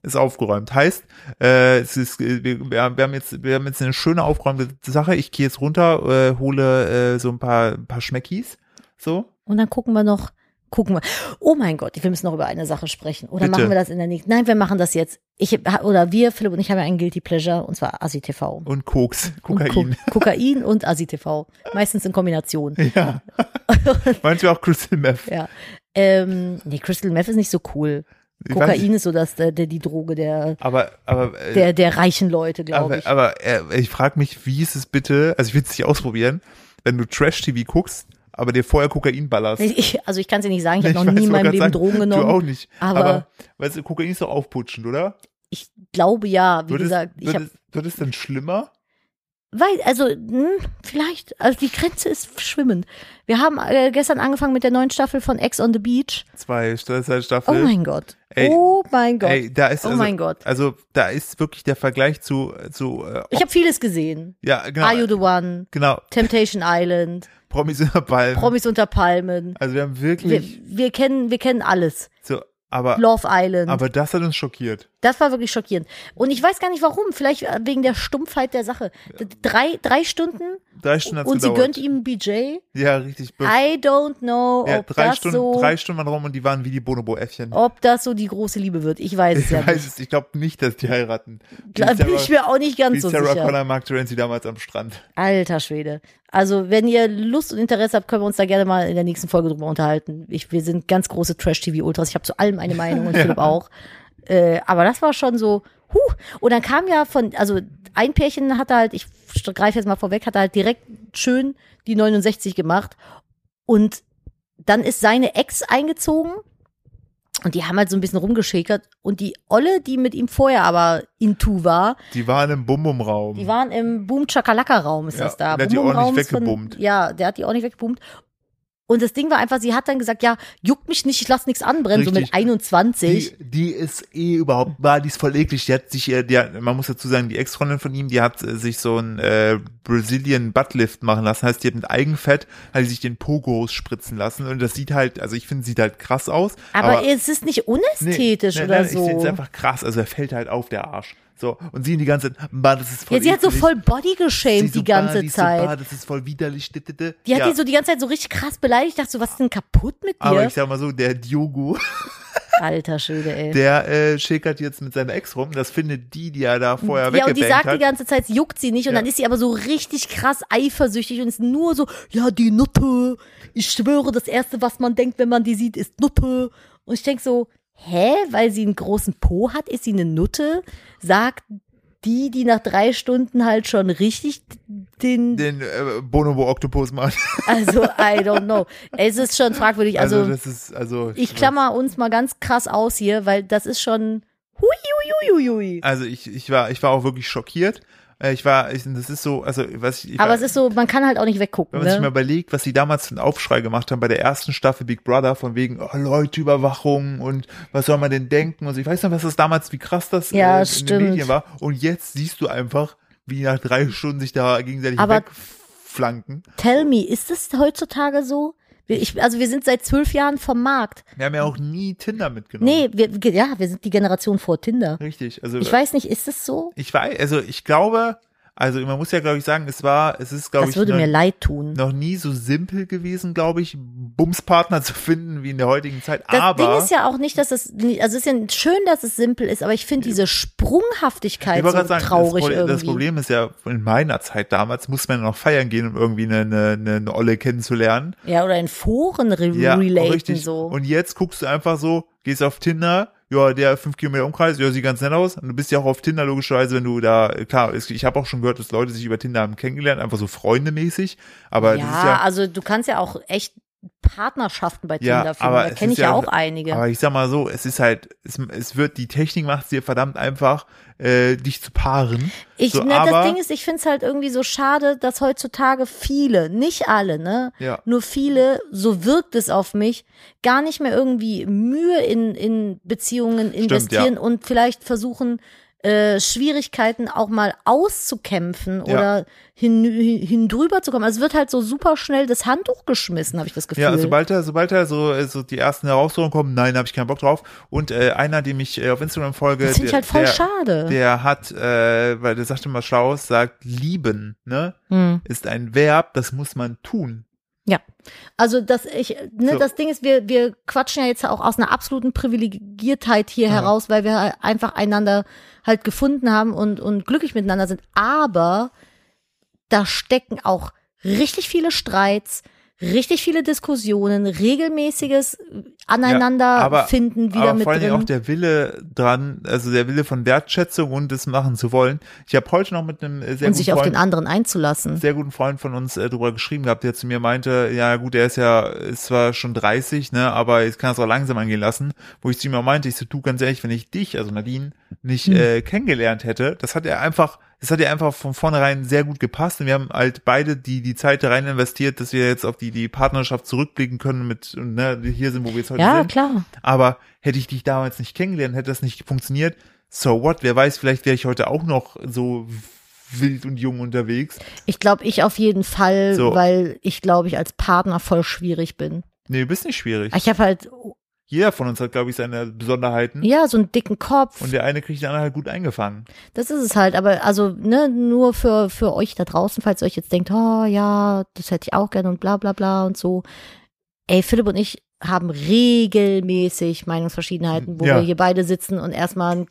[SPEAKER 1] ist aufgeräumt. Heißt, äh, es ist, äh, wir, wir haben wir haben jetzt, wir haben jetzt eine schöne aufgeräumte Sache. Ich gehe jetzt runter, äh, hole äh, so ein paar, ein paar Schmeckis. So.
[SPEAKER 2] Und dann gucken wir noch, gucken wir. Oh mein Gott, wir müssen noch über eine Sache sprechen. Oder
[SPEAKER 1] Bitte.
[SPEAKER 2] machen wir das in der nächsten? Nein, wir machen das jetzt. Ich oder wir, Philipp und ich haben ja einen Guilty Pleasure und zwar Asi TV.
[SPEAKER 1] Und Koks, Kokain.
[SPEAKER 2] Und Ko Kokain und Asi TV. Meistens in Kombination.
[SPEAKER 1] Ja. Manchmal auch Crystal Meth.
[SPEAKER 2] Ja. Ähm, nee, Crystal Meth ist nicht so cool.
[SPEAKER 1] Ich weiß nicht.
[SPEAKER 2] Kokain ist so das, der, der, die Droge der,
[SPEAKER 1] Aber, aber, äh,
[SPEAKER 2] der, der reichen Leute, glaube
[SPEAKER 1] aber,
[SPEAKER 2] ich.
[SPEAKER 1] aber äh, ich frage mich, wie ist es bitte, also ich will es nicht ausprobieren, wenn du Trash-TV guckst, aber dir vorher Kokain ballerst.
[SPEAKER 2] Nee, Ich, also ich kann es dir nicht sagen, ich
[SPEAKER 1] Ich
[SPEAKER 2] habe noch
[SPEAKER 1] weiß,
[SPEAKER 2] nie in meinem
[SPEAKER 1] wollte
[SPEAKER 2] Leben
[SPEAKER 1] grad sagen,
[SPEAKER 2] Drogen genommen.
[SPEAKER 1] Du auch nicht.
[SPEAKER 2] aber-
[SPEAKER 1] Aber, weißt du, Kokain ist doch aufputschend, oder?
[SPEAKER 2] Ich glaube ja, wie
[SPEAKER 1] Wird es-
[SPEAKER 2] gesagt, ich
[SPEAKER 1] wird
[SPEAKER 2] habe
[SPEAKER 1] es, wird es dann schlimmer?
[SPEAKER 2] Weil, also, hm, vielleicht, also die Grenze ist schwimmend. Wir haben äh, gestern angefangen mit der neuen Staffel von Ex on the Beach.
[SPEAKER 1] Zwei St-
[SPEAKER 2] Oh
[SPEAKER 1] Staffeln.
[SPEAKER 2] mein Gott.
[SPEAKER 1] Ey.
[SPEAKER 2] oh mein Gott.
[SPEAKER 1] Ey, da ist
[SPEAKER 2] Oh
[SPEAKER 1] also,
[SPEAKER 2] mein Gott.
[SPEAKER 1] Also da ist wirklich der Vergleich zu, zu äh,
[SPEAKER 2] Ich habe vieles gesehen.
[SPEAKER 1] ja genau,
[SPEAKER 2] Are You the One?
[SPEAKER 1] genau
[SPEAKER 2] Temptation Island,
[SPEAKER 1] Promis in der Palme.
[SPEAKER 2] Promis unter Palmen.
[SPEAKER 1] also wir haben
[SPEAKER 2] Wir,
[SPEAKER 1] wirklich
[SPEAKER 2] wir kennen, wir kennen alles.
[SPEAKER 1] so, aber
[SPEAKER 2] Love Island.
[SPEAKER 1] aber das hat uns schockiert.
[SPEAKER 2] das war wirklich schockierend. Und ich weiß gar nicht warum. Vielleicht wegen der Stumpfheit der Sache. D- Drei, drei Stunden
[SPEAKER 1] Drei Stunden hat's
[SPEAKER 2] und sie
[SPEAKER 1] gedauert.
[SPEAKER 2] gönnt ihm ein BJ.
[SPEAKER 1] ja richtig. be-
[SPEAKER 2] I don't know,
[SPEAKER 1] ja,
[SPEAKER 2] ob
[SPEAKER 1] drei
[SPEAKER 2] Oh, das
[SPEAKER 1] Stunden,
[SPEAKER 2] so,
[SPEAKER 1] drei Stunden waren rum und die waren wie die Bonobo-Äffchen.
[SPEAKER 2] ob das so die große Liebe wird. Ich weiß es
[SPEAKER 1] ich
[SPEAKER 2] ja nicht.
[SPEAKER 1] weiß es, ich glaube nicht, dass die heiraten. Wie
[SPEAKER 2] Da bin ich mir auch nicht
[SPEAKER 1] wie
[SPEAKER 2] ganz so
[SPEAKER 1] Sarah
[SPEAKER 2] sicher.
[SPEAKER 1] Connor, Mark Terenzi damals am Strand.
[SPEAKER 2] Alter Schwede. Also, wenn ihr Lust und Interesse habt, können wir uns da gerne mal in der nächsten Folge drüber unterhalten. Ich, wir sind ganz große Trash-TV-Ultras. Ich habe zu allem eine Meinung und Philipp auch. Äh, aber das war schon so, huh. Und dann kam ja von, also ein Pärchen hatte halt, ich greife jetzt mal vorweg, hatte halt direkt schön die 69 gemacht. Und dann ist seine Ex eingezogen. Und die haben halt so ein bisschen rumgeschäkert. Und die Olle, die mit ihm vorher aber into war,
[SPEAKER 1] Die waren im Bum-Bum-Raum.
[SPEAKER 2] die waren im Boom Chakalaka Raum, ist
[SPEAKER 1] Ja,
[SPEAKER 2] das da.
[SPEAKER 1] der hat die
[SPEAKER 2] Boom Boom
[SPEAKER 1] ordentlich
[SPEAKER 2] Raum ist von-
[SPEAKER 1] weggebummt.
[SPEAKER 2] Ja, der hat die ordentlich weggebummt. Und das Ding war einfach, sie hat dann gesagt, ja, juckt mich nicht, ich lass nichts anbrennen, so mit
[SPEAKER 1] Richtig.
[SPEAKER 2] 21.
[SPEAKER 1] Die, die ist eh überhaupt, war, die ist voll eklig. Die hat sich, äh, die hat, man muss dazu sagen, die Ex-Freundin von ihm, die hat äh, sich so ein äh, Brazilian Buttlift machen lassen. Heißt, die hat mit Eigenfett, hat die sich den Pogos spritzen lassen. Und das sieht halt, also ich finde, sieht halt krass aus.
[SPEAKER 2] aber, es ist nicht
[SPEAKER 1] nee,
[SPEAKER 2] unästhetisch
[SPEAKER 1] nee,
[SPEAKER 2] oder
[SPEAKER 1] nein, Ich finde es
[SPEAKER 2] so.
[SPEAKER 1] einfach krass. Also er fällt halt auf, der Arsch. So, und sie in die ganze Zeit, bah, das ist voll
[SPEAKER 2] Ja, sie hat so
[SPEAKER 1] eklig.
[SPEAKER 2] voll Body
[SPEAKER 1] Sie
[SPEAKER 2] geshamed
[SPEAKER 1] so,
[SPEAKER 2] die ganze
[SPEAKER 1] bah, die ist so, bah,
[SPEAKER 2] Zeit.
[SPEAKER 1] das ist voll widerlich. dit, dit, dit.
[SPEAKER 2] Die hat
[SPEAKER 1] ja.
[SPEAKER 2] die so die ganze Zeit so richtig krass beleidigt. Ich dachte so, was ist denn kaputt mit
[SPEAKER 1] aber
[SPEAKER 2] dir?
[SPEAKER 1] ich sag mal so, der Diogo,
[SPEAKER 2] Alter Schwede, ey.
[SPEAKER 1] der äh, schickert jetzt mit seiner Ex rum. Das findet die, die er da vorher
[SPEAKER 2] Ja, und die
[SPEAKER 1] äh, weggebankt
[SPEAKER 2] sagt
[SPEAKER 1] hat.
[SPEAKER 2] die ganze Zeit, es juckt sie nicht. Und
[SPEAKER 1] Ja.
[SPEAKER 2] dann ist sie aber so richtig krass eifersüchtig und ist nur so, ja, die Nutte. Ich schwöre, das Erste, was man denkt, wenn man die sieht, ist Nutte. Und ich denk so, hä? Weil sie einen großen Po hat, ist sie eine Nutte? Sagt die, die nach drei Stunden halt schon richtig den,
[SPEAKER 1] den äh, Bonobo Octopus macht.
[SPEAKER 2] also, I don't know. Es ist schon fragwürdig.
[SPEAKER 1] Also,
[SPEAKER 2] Also,
[SPEAKER 1] das ist also
[SPEAKER 2] ich klammer uns mal ganz krass aus hier, weil das ist schon, hui, hui, hui, hui, hui.
[SPEAKER 1] Also ich, ich war ich war auch wirklich schockiert. Äh, Ich war ich, das ist so also was ich, ich
[SPEAKER 2] Aber
[SPEAKER 1] war,
[SPEAKER 2] es ist so, man kann halt auch nicht
[SPEAKER 1] wenn
[SPEAKER 2] weggucken,
[SPEAKER 1] man sich mal
[SPEAKER 2] ne?
[SPEAKER 1] überlegt, was sie damals für einen Aufschrei gemacht haben bei der ersten Staffel Big Brother von wegen oh, Leute Überwachung und was soll man denn denken und so. ich weiß noch, was das damals wie krass das äh,
[SPEAKER 2] Ja,
[SPEAKER 1] in
[SPEAKER 2] stimmt.
[SPEAKER 1] den Medien war und jetzt siehst du einfach, wie die nach drei Stunden sich da gegenseitig
[SPEAKER 2] Aber-
[SPEAKER 1] wegflanken.
[SPEAKER 2] Tell me, ist das heutzutage so? Wir, ich, also wir sind seit zwölf Jahren vom Markt.
[SPEAKER 1] Wir haben ja auch nie Tinder mitgenommen.
[SPEAKER 2] Nee, wir, ge- ja, wir sind die Generation vor Tinder.
[SPEAKER 1] Richtig. Also
[SPEAKER 2] Ich weiß nicht, ist das so?
[SPEAKER 1] ich weiß also ich glaube, also man muss ja glaube ich sagen, es war es ist glaube
[SPEAKER 2] Das
[SPEAKER 1] ich ne.
[SPEAKER 2] würde
[SPEAKER 1] noch-
[SPEAKER 2] mir leid tun.
[SPEAKER 1] noch nie so simpel gewesen, glaube ich, Bumspartner zu finden wie in der heutigen Zeit.
[SPEAKER 2] Das
[SPEAKER 1] aber
[SPEAKER 2] Ding ist ja auch nicht, dass es, also es ist ja schön, dass es simpel ist, aber ich finde diese Sprunghaftigkeit
[SPEAKER 1] ich
[SPEAKER 2] so
[SPEAKER 1] wollte gerade sagen, das,
[SPEAKER 2] traurig
[SPEAKER 1] Problem,
[SPEAKER 2] irgendwie.
[SPEAKER 1] das Problem ist ja, in meiner Zeit damals musste man noch feiern gehen, um irgendwie eine, eine, eine, eine Olle kennenzulernen.
[SPEAKER 2] ja, oder in Foren re
[SPEAKER 1] Ja, oh,
[SPEAKER 2] relaten
[SPEAKER 1] richtig.
[SPEAKER 2] so.
[SPEAKER 1] Und jetzt guckst du einfach so, gehst auf Tinder, ja, der fünf Kilometer Umkreis, ja, sieht ganz nett aus. Und du bist ja auch auf Tinder logischerweise, wenn du da, klar, es- ich habe auch schon gehört, dass Leute sich über Tinder haben kennengelernt, einfach so freundemäßig. Aber
[SPEAKER 2] ja,
[SPEAKER 1] das ist ja,
[SPEAKER 2] also du kannst ja auch echt Partnerschaften bei
[SPEAKER 1] Ja,
[SPEAKER 2] Tinder finden.
[SPEAKER 1] aber
[SPEAKER 2] Da
[SPEAKER 1] es
[SPEAKER 2] kenne
[SPEAKER 1] ist
[SPEAKER 2] ich ja
[SPEAKER 1] ja-
[SPEAKER 2] auch einige.
[SPEAKER 1] Aber ich sag mal so, es ist halt, es, es wird, die Technik macht es dir verdammt einfach, äh, dich zu paaren.
[SPEAKER 2] Ich,
[SPEAKER 1] so,
[SPEAKER 2] ne,
[SPEAKER 1] aber-
[SPEAKER 2] das Ding ist, ich finde es halt irgendwie so schade, dass heutzutage viele, nicht alle, ne?
[SPEAKER 1] Ja.
[SPEAKER 2] Nur viele, so wirkt es auf mich, gar nicht mehr irgendwie Mühe in, in Beziehungen investieren und vielleicht versuchen, äh, Schwierigkeiten auch mal auszukämpfen
[SPEAKER 1] Ja.
[SPEAKER 2] oder hin, hin, hin drüber zu kommen. Also es wird halt so super schnell das Handtuch geschmissen, habe ich das Gefühl.
[SPEAKER 1] Ja, sobald da, sobald da so, äh, so die ersten Herausforderungen kommen, nein, habe ich keinen Bock drauf. Und äh, einer, dem ich äh, auf Instagram folge,
[SPEAKER 2] das finde ich halt voll
[SPEAKER 1] der,
[SPEAKER 2] schade.
[SPEAKER 1] der hat, äh, weil der sagt immer Schlaues, sagt lieben, ne?
[SPEAKER 2] Hm.
[SPEAKER 1] Ist ein Verb, das muss man tun.
[SPEAKER 2] Ja. Also das ich ne,
[SPEAKER 1] So.
[SPEAKER 2] das Ding ist, wir wir quatschen ja jetzt auch aus einer absoluten Privilegiertheit hier heraus, weil wir einfach einander halt gefunden haben und und glücklich miteinander sind, aber da stecken auch richtig viele Streits, richtig viele Diskussionen, regelmäßiges aneinander
[SPEAKER 1] aber-
[SPEAKER 2] finden wieder
[SPEAKER 1] Aber
[SPEAKER 2] mit
[SPEAKER 1] vor allen
[SPEAKER 2] drin.
[SPEAKER 1] Dingen auch der Wille dran, also der Wille von Wertschätzung und es machen zu wollen. Ich habe heute noch mit einem äh, sehr guten
[SPEAKER 2] und sich auf
[SPEAKER 1] Freund
[SPEAKER 2] den anderen einzulassen.
[SPEAKER 1] sehr guten Freund von uns äh, drüber geschrieben gehabt, der zu mir meinte, ja gut, er ist ja, ist zwar schon 30, ne, aber ich kann es auch langsam angehen lassen, wo ich zu ihm auch meinte, ich so, du, ganz ehrlich, wenn ich dich, also Nadine, nicht äh, kennengelernt hätte, das hat er einfach, das hat er einfach von vornherein sehr gut gepasst und wir haben halt beide die, die Zeit da rein investiert, dass wir jetzt auf die, die Partnerschaft zurückblicken können mit, und, ne, hier sind, wo wir jetzt heute
[SPEAKER 2] Ja,
[SPEAKER 1] sind.
[SPEAKER 2] klar.
[SPEAKER 1] Aber hätte ich dich damals nicht kennengelernt, hätte das nicht funktioniert, so what, wer weiß, vielleicht wäre ich heute auch noch so wild und jung unterwegs.
[SPEAKER 2] Ich glaube, ich auf jeden Fall,
[SPEAKER 1] So.
[SPEAKER 2] weil ich glaube, ich als Partner voll schwierig bin.
[SPEAKER 1] Nee, du bist nicht schwierig.
[SPEAKER 2] Ich habe halt
[SPEAKER 1] Jeder von uns hat, glaube ich, seine Besonderheiten.
[SPEAKER 2] Ja, so einen dicken Kopf.
[SPEAKER 1] Hm? Und der eine kriegt den anderen halt gut eingefangen.
[SPEAKER 2] das ist es halt, aber also ne, nur für, für euch da draußen, falls ihr euch jetzt denkt, oh ja, das hätte ich auch gerne und bla bla bla und so. Ey, Philipp und ich haben regelmäßig Meinungsverschiedenheiten, wo
[SPEAKER 1] Hm, Ja.
[SPEAKER 2] wir hier beide sitzen und erstmal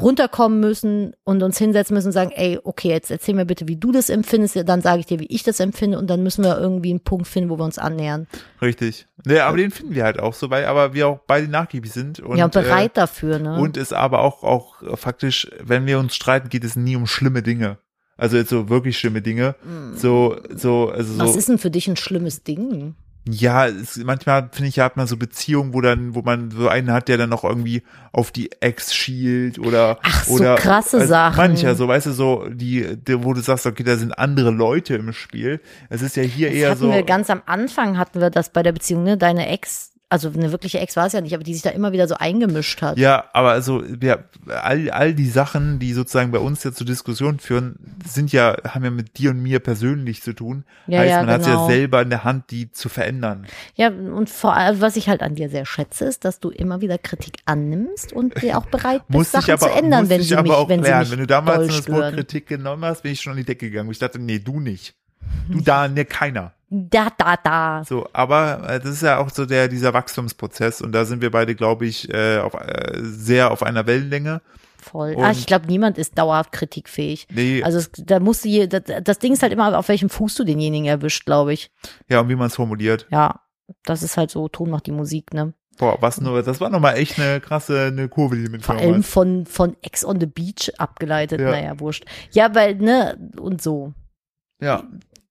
[SPEAKER 2] runterkommen müssen und uns hinsetzen müssen und sagen, ey, okay, jetzt erzähl mir bitte, wie du das empfindest, dann sage ich dir, wie ich das empfinde und dann müssen wir irgendwie einen Punkt finden, wo wir uns annähern.
[SPEAKER 1] Richtig. Ja, aber den finden wir halt auch so, weil aber wir auch beide nachgiebig sind. Und,
[SPEAKER 2] ja, und bereit
[SPEAKER 1] Äh,
[SPEAKER 2] dafür, ne?
[SPEAKER 1] und es aber auch, auch äh, faktisch, wenn wir uns streiten, geht es nie um schlimme Dinge. Also jetzt so wirklich schlimme Dinge. So, so, also
[SPEAKER 2] Mhm. Was
[SPEAKER 1] so.
[SPEAKER 2] ist denn für dich ein schlimmes Ding?
[SPEAKER 1] Ja, es, manchmal finde ich, hat man so Beziehungen, wo dann, wo man so einen hat, der dann noch irgendwie auf die Ex schielt oder
[SPEAKER 2] Ach, so
[SPEAKER 1] oder, also
[SPEAKER 2] krasse Sachen.
[SPEAKER 1] Mancher, so weißt du, so die, die, wo du sagst, okay, da sind andere Leute im Spiel. Es ist ja hier
[SPEAKER 2] Das
[SPEAKER 1] eher
[SPEAKER 2] hatten
[SPEAKER 1] so.
[SPEAKER 2] wir ganz am Anfang hatten wir das bei der Beziehung, ne? Deine Ex, also eine wirkliche Ex war es ja nicht, aber die sich da immer wieder so eingemischt hat.
[SPEAKER 1] Ja, aber also ja, all, all die Sachen, die sozusagen bei uns ja zur Diskussion führen, sind ja, haben ja mit dir und mir persönlich zu tun.
[SPEAKER 2] Ja,
[SPEAKER 1] heißt,
[SPEAKER 2] ja,
[SPEAKER 1] man hat ja
[SPEAKER 2] genau.
[SPEAKER 1] selber in der Hand, die zu verändern.
[SPEAKER 2] Ja, und vor allem, was ich halt an dir sehr schätze, ist, dass du immer wieder Kritik annimmst und dir auch bereit bist,
[SPEAKER 1] Muss ich
[SPEAKER 2] Sachen
[SPEAKER 1] aber,
[SPEAKER 2] zu ändern,
[SPEAKER 1] muss
[SPEAKER 2] wenn
[SPEAKER 1] ich
[SPEAKER 2] sie,
[SPEAKER 1] aber
[SPEAKER 2] mich,
[SPEAKER 1] auch
[SPEAKER 2] wenn sie
[SPEAKER 1] lernen.
[SPEAKER 2] mich
[SPEAKER 1] wenn du damals
[SPEAKER 2] doll
[SPEAKER 1] in das Wort
[SPEAKER 2] stören.
[SPEAKER 1] Kritik genommen hast, bin ich schon in die Decke gegangen. Ich dachte, nee, du nicht. Du da, ne, keiner.
[SPEAKER 2] Da, da, da.
[SPEAKER 1] So, aber äh, das ist ja auch so der dieser Wachstumsprozess und da sind wir beide, glaube ich, äh, auf, äh, sehr auf einer Wellenlänge.
[SPEAKER 2] Voll.
[SPEAKER 1] Und-
[SPEAKER 2] ah, ich glaube, niemand ist dauerhaft kritikfähig.
[SPEAKER 1] Nee,
[SPEAKER 2] Also es, da musst du je, das, das Ding ist halt immer, auf welchem Fuß du denjenigen erwischt, glaube ich.
[SPEAKER 1] ja, und wie man es formuliert.
[SPEAKER 2] Ja, das ist halt so, Ton macht die Musik, ne?
[SPEAKER 1] Boah, was nur, das war nochmal echt eine krasse eine Kurve, die du
[SPEAKER 2] Vor
[SPEAKER 1] mitgenommen
[SPEAKER 2] allem
[SPEAKER 1] hast.
[SPEAKER 2] von, von Ex on the Beach abgeleitet,
[SPEAKER 1] Ja.
[SPEAKER 2] naja, wurscht. Ja, weil, ne, und so.
[SPEAKER 1] Ja,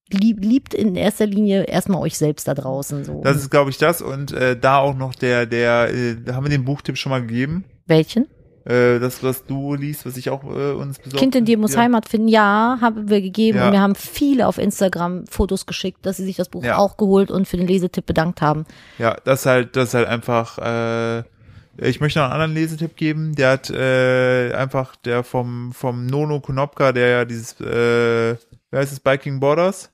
[SPEAKER 2] Lieb, liebt in erster Linie erstmal euch selbst da draußen. So.
[SPEAKER 1] das ist, glaube ich, das. Und äh, da auch noch der, der, äh, da haben wir den Buchtipp schon mal gegeben.
[SPEAKER 2] Welchen?
[SPEAKER 1] Äh, das, was du liest, was ich auch äh, uns besorgt
[SPEAKER 2] kind in dir muss
[SPEAKER 1] ja.
[SPEAKER 2] Heimat finden. Ja, haben wir gegeben.
[SPEAKER 1] Ja.
[SPEAKER 2] Und wir haben viele auf Instagram Fotos geschickt, dass sie sich das Buch
[SPEAKER 1] Ja.
[SPEAKER 2] auch geholt und für den Lesetipp bedankt haben.
[SPEAKER 1] Ja, das ist halt, das ist halt einfach. Äh, ich möchte noch einen anderen Lesetipp geben. Der hat äh, einfach der vom vom Nono Konopka, der ja dieses, äh, wie heißt es, Biking Borders.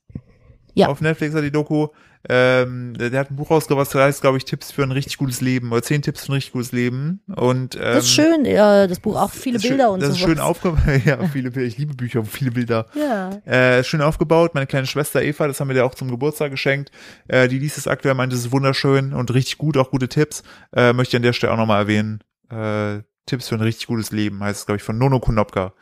[SPEAKER 2] Ja.
[SPEAKER 1] Auf Netflix hat die Doku. Ähm, der, der hat ein Buch rausgebracht, was heißt, glaube ich, Tipps für ein richtig gutes Leben oder zehn Tipps für ein richtig gutes Leben. Und ähm,
[SPEAKER 2] Das ist schön, äh, das Buch auch viele
[SPEAKER 1] ist schön-
[SPEAKER 2] Bilder und
[SPEAKER 1] Das
[SPEAKER 2] so.
[SPEAKER 1] ist schön aufgebaut. ja, viele Bilder. Ich liebe Bücher und viele Bilder.
[SPEAKER 2] Ja.
[SPEAKER 1] Äh, schön aufgebaut. Meine kleine Schwester Eva, das haben wir dir auch zum Geburtstag geschenkt. Äh, die liest es aktuell, meint, es ist wunderschön und richtig gut, auch gute Tipps. Äh, möchte ich an der Stelle auch nochmal erwähnen. Äh, Tipps für ein richtig gutes Leben, heißt es, glaube ich, von Nono Konopka.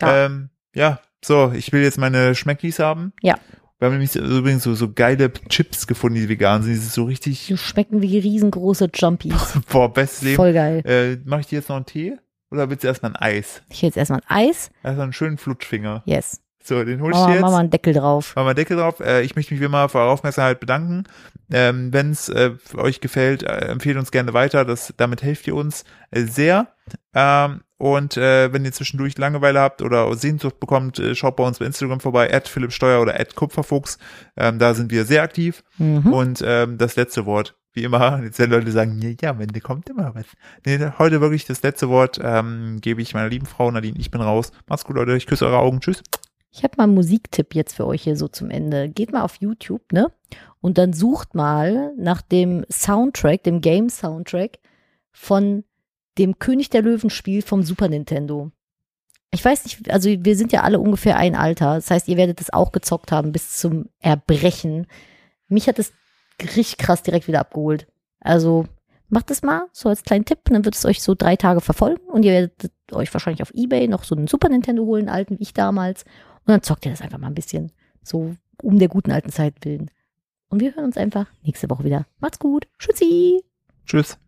[SPEAKER 2] Ja.
[SPEAKER 1] Ähm, ja, so, ich will jetzt meine Schmecklis haben.
[SPEAKER 2] Ja.
[SPEAKER 1] Wir haben nämlich so- übrigens so, so geile Chips gefunden, die vegan sind. Die sind so richtig,
[SPEAKER 2] Die schmecken wie riesengroße Jumpies.
[SPEAKER 1] boah, bestes Leben.
[SPEAKER 2] Voll geil.
[SPEAKER 1] Äh, Mache ich dir jetzt noch einen Tee? Oder willst du erstmal ein Eis?
[SPEAKER 2] Ich jetzt erstmal ein Eis.
[SPEAKER 1] Erstmal einen schönen Flutschfinger.
[SPEAKER 2] Yes.
[SPEAKER 1] So, den hol ich
[SPEAKER 2] Mama,
[SPEAKER 1] dir jetzt.
[SPEAKER 2] Mama, einen Deckel drauf.
[SPEAKER 1] Machen wir Deckel drauf. Äh, ich möchte mich wie immer für eure Aufmerksamkeit bedanken. Ähm, Wenn es äh, euch gefällt, äh, empfehlt uns gerne weiter. Das, damit helft ihr uns äh, sehr. Ähm, und äh, wenn ihr zwischendurch Langeweile habt oder Sehnsucht bekommt, äh, schaut bei uns bei Instagram vorbei, at philippsteuer oder at kupferfuchs. Ähm, da sind wir sehr aktiv.
[SPEAKER 2] Mhm.
[SPEAKER 1] Und ähm, das letzte Wort, wie immer, jetzt werden Leute sagen, ja, ja, am Ende kommt immer was. Nee, heute wirklich das letzte Wort ähm, gebe ich meiner lieben Frau Nadine. Ich bin raus. Macht's gut, Leute. Ich küsse eure Augen. Tschüss.
[SPEAKER 2] Ich habe mal einen Musiktipp jetzt für euch hier so zum Ende. Geht mal auf YouTube, ne? Und dann sucht mal nach dem Soundtrack, dem Game-Soundtrack von dem König der Löwen-Spiel vom Super Nintendo. Ich weiß nicht, also wir sind ja alle ungefähr ein Alter. Das heißt, ihr werdet das auch gezockt haben bis zum Erbrechen. Mich hat es richtig krass direkt wieder abgeholt. Also macht es mal so als kleinen Tipp, dann wird es euch so drei Tage verfolgen und ihr werdet euch wahrscheinlich auf Ebay noch so einen Super Nintendo holen, einen alten wie ich damals. Und dann zockt ihr das einfach mal ein bisschen. So um der guten alten Zeit willen. Und wir hören uns einfach nächste Woche wieder. Macht's gut. Tschüssi.
[SPEAKER 1] Tschüss.